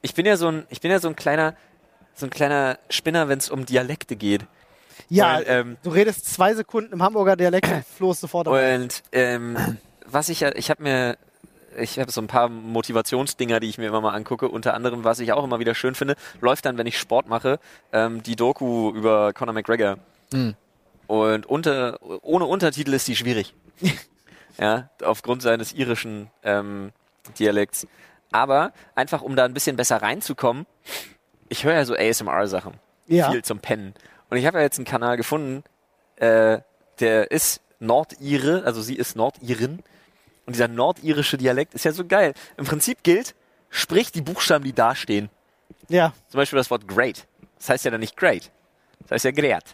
B: Ich bin ja so ein, ich bin ja so ein kleiner, so ein kleiner Spinner, wenn es um Dialekte geht.
C: Ja,
B: Und, ähm,
C: du redest zwei Sekunden im Hamburger Dialekt und flohst sofort
B: Oh,
C: ab.
B: und ähm, was ich ja, ich habe mir, ich habe so ein paar Motivationsdinger, die ich mir immer mal angucke. Unter anderem, was ich auch immer wieder schön finde, läuft dann, wenn ich Sport mache, ähm, die Doku über Conor McGregor. Und unter, ohne Untertitel ist die schwierig. ja, aufgrund seines irischen ähm, Dialekts. Aber einfach, um da ein bisschen besser reinzukommen, ich höre ja so ASMR-Sachen
C: Ja.
B: viel zum Pennen. Und ich habe ja jetzt einen Kanal gefunden, äh, der ist Nordire, also sie ist Nordirin. Und dieser nordirische Dialekt ist ja so geil. Im Prinzip gilt, sprich die Buchstaben, die da stehen.
C: Ja.
B: Zum Beispiel das Wort great. Das heißt ja dann nicht great. Das heißt ja great.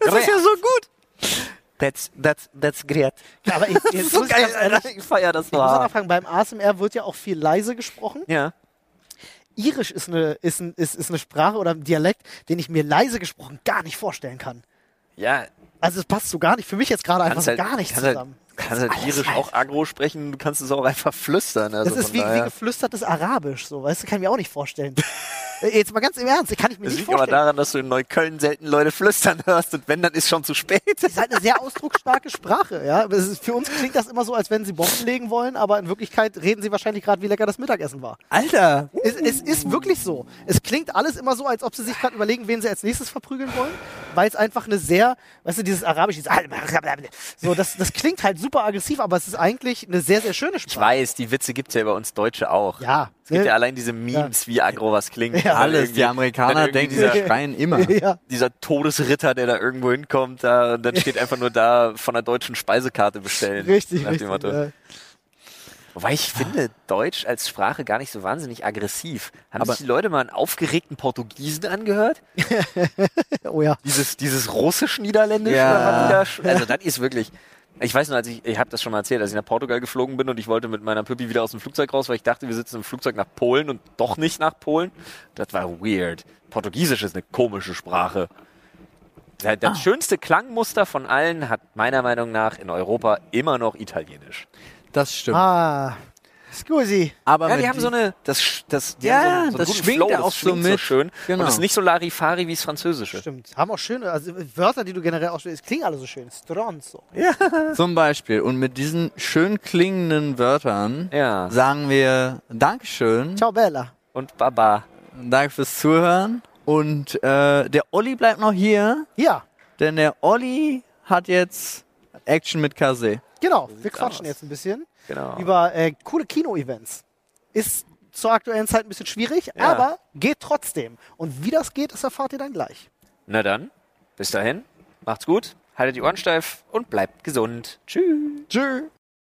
B: Das ist ja so gut. That's, that's, that's great.
C: Aber ich, jetzt muss ich ganz ehrlich, ich
B: Ich feier das
C: muss
B: mal.
C: anfangen, beim ASMR wird ja auch viel leise gesprochen.
B: Ja.
C: Irisch ist eine, ist, ein, ist, ist eine Sprache oder ein Dialekt, den ich mir leise gesprochen gar nicht vorstellen kann.
B: Ja,
C: Also es passt so gar nicht, für mich jetzt gerade einfach
B: kannst
C: so
B: halt,
C: gar nicht
B: kannst halt,
C: zusammen.
B: kannst halt
C: Alles
B: irisch
C: halt.
B: auch agro sprechen, du kannst es auch einfach flüstern. Also
C: Das ist
B: von
C: wie, wie
B: daher.
C: geflüstertes Arabisch, so, weißt du, kann ich mir auch nicht vorstellen. Äh, Jetzt mal ganz im Ernst, kann ich mir
B: Das
C: nicht
B: liegt aber
C: vorstellen.
B: daran, dass du in Neukölln selten Leute flüstern hörst und wenn, dann ist schon zu spät.
C: Das ist halt eine sehr ausdrucksstarke Sprache, ja. Das ist, für uns klingt das immer so, als wenn sie Bomben legen wollen, aber in Wirklichkeit reden sie wahrscheinlich gerade, wie lecker das Mittagessen war.
A: Alter,
C: Es, es ist wirklich so. Es klingt alles immer so, als ob sie sich gerade überlegen, wen sie als nächstes verprügeln wollen, weil es einfach eine sehr, weißt du, dieses Arabisch, dieses so, das, das klingt halt super aggressiv, aber es ist eigentlich eine sehr, sehr schöne
B: Ich
C: Sprache.
B: weiß, die Witze gibt's ja bei uns Deutsche auch.
C: Ja,
B: Es gibt
C: ne?
B: ja allein diese Memes, wie agro was klingt.
C: Ja.
B: Dann
A: alles.
B: irgendwie-
A: Die
B: dann
A: Amerikaner
B: irgendwie
A: denken,
B: dieser,
A: sie schreien immer.
C: ja.
B: dieser Todesritter, der da irgendwo hinkommt, da, und dann steht einfach nur da von der deutschen Speisekarte bestellen.
C: Richtig,
B: Nach dem
C: richtig.
B: Motto.
C: ja.
B: Wobei ich finde, Deutsch als Sprache gar nicht so wahnsinnig aggressiv. Haben sich die Leute mal einen aufgeregten Portugiesen angehört?
C: Oh ja.
B: Dieses, dieses russisch-niederländische,
A: Ja.
B: da waren die da sch- also das ist wirklich. Ich weiß nur, als ich, ich habe das schon mal erzählt, als ich nach Portugal geflogen bin und ich wollte mit meiner Püppi wieder aus dem Flugzeug raus, weil ich dachte, wir sitzen im Flugzeug nach Polen und doch nicht nach Polen. Das war weird. Portugiesisch ist eine komische Sprache. Ja,
A: Ah.
B: Das schönste Klangmuster von allen hat meiner Meinung nach in Europa immer noch Italienisch.
A: Das stimmt.
C: Ah, scusi.
A: Aber
B: Ja,
A: mit
B: die haben so eine, das, sch- das, die
A: Ja,
B: haben so einen- so
A: das
B: einen guten
A: schwingt
B: Flow,
A: ja
B: das
A: auch so
B: schwingt so
A: mit.
B: schön.
A: Genau.
B: Und es ist nicht so Larifari wie das Französische.
C: Stimmt. Haben auch schöne, also Wörter, die du generell aussprichst, klingen alle so schön. Stronzo.
A: Zum Beispiel. Und mit diesen schön klingenden Wörtern
B: Ja.
A: sagen wir Dankeschön.
C: Ciao Bella.
B: Und Baba.
A: Danke fürs Zuhören. Und äh, der Olli bleibt noch hier,
C: Ja,
A: denn der Olli hat jetzt Action mit E. Kase.
C: genau. Wir quatschen
B: aus.
C: jetzt ein bisschen
B: Genau.
C: über äh, coole Kino-Events. Ist zur aktuellen Zeit ein bisschen schwierig, aber geht trotzdem. Und wie das geht, das erfahrt ihr dann gleich.
B: Na dann, bis dahin, macht's gut, haltet die Ohren steif und bleibt gesund. Tschüss.
A: Tschüss.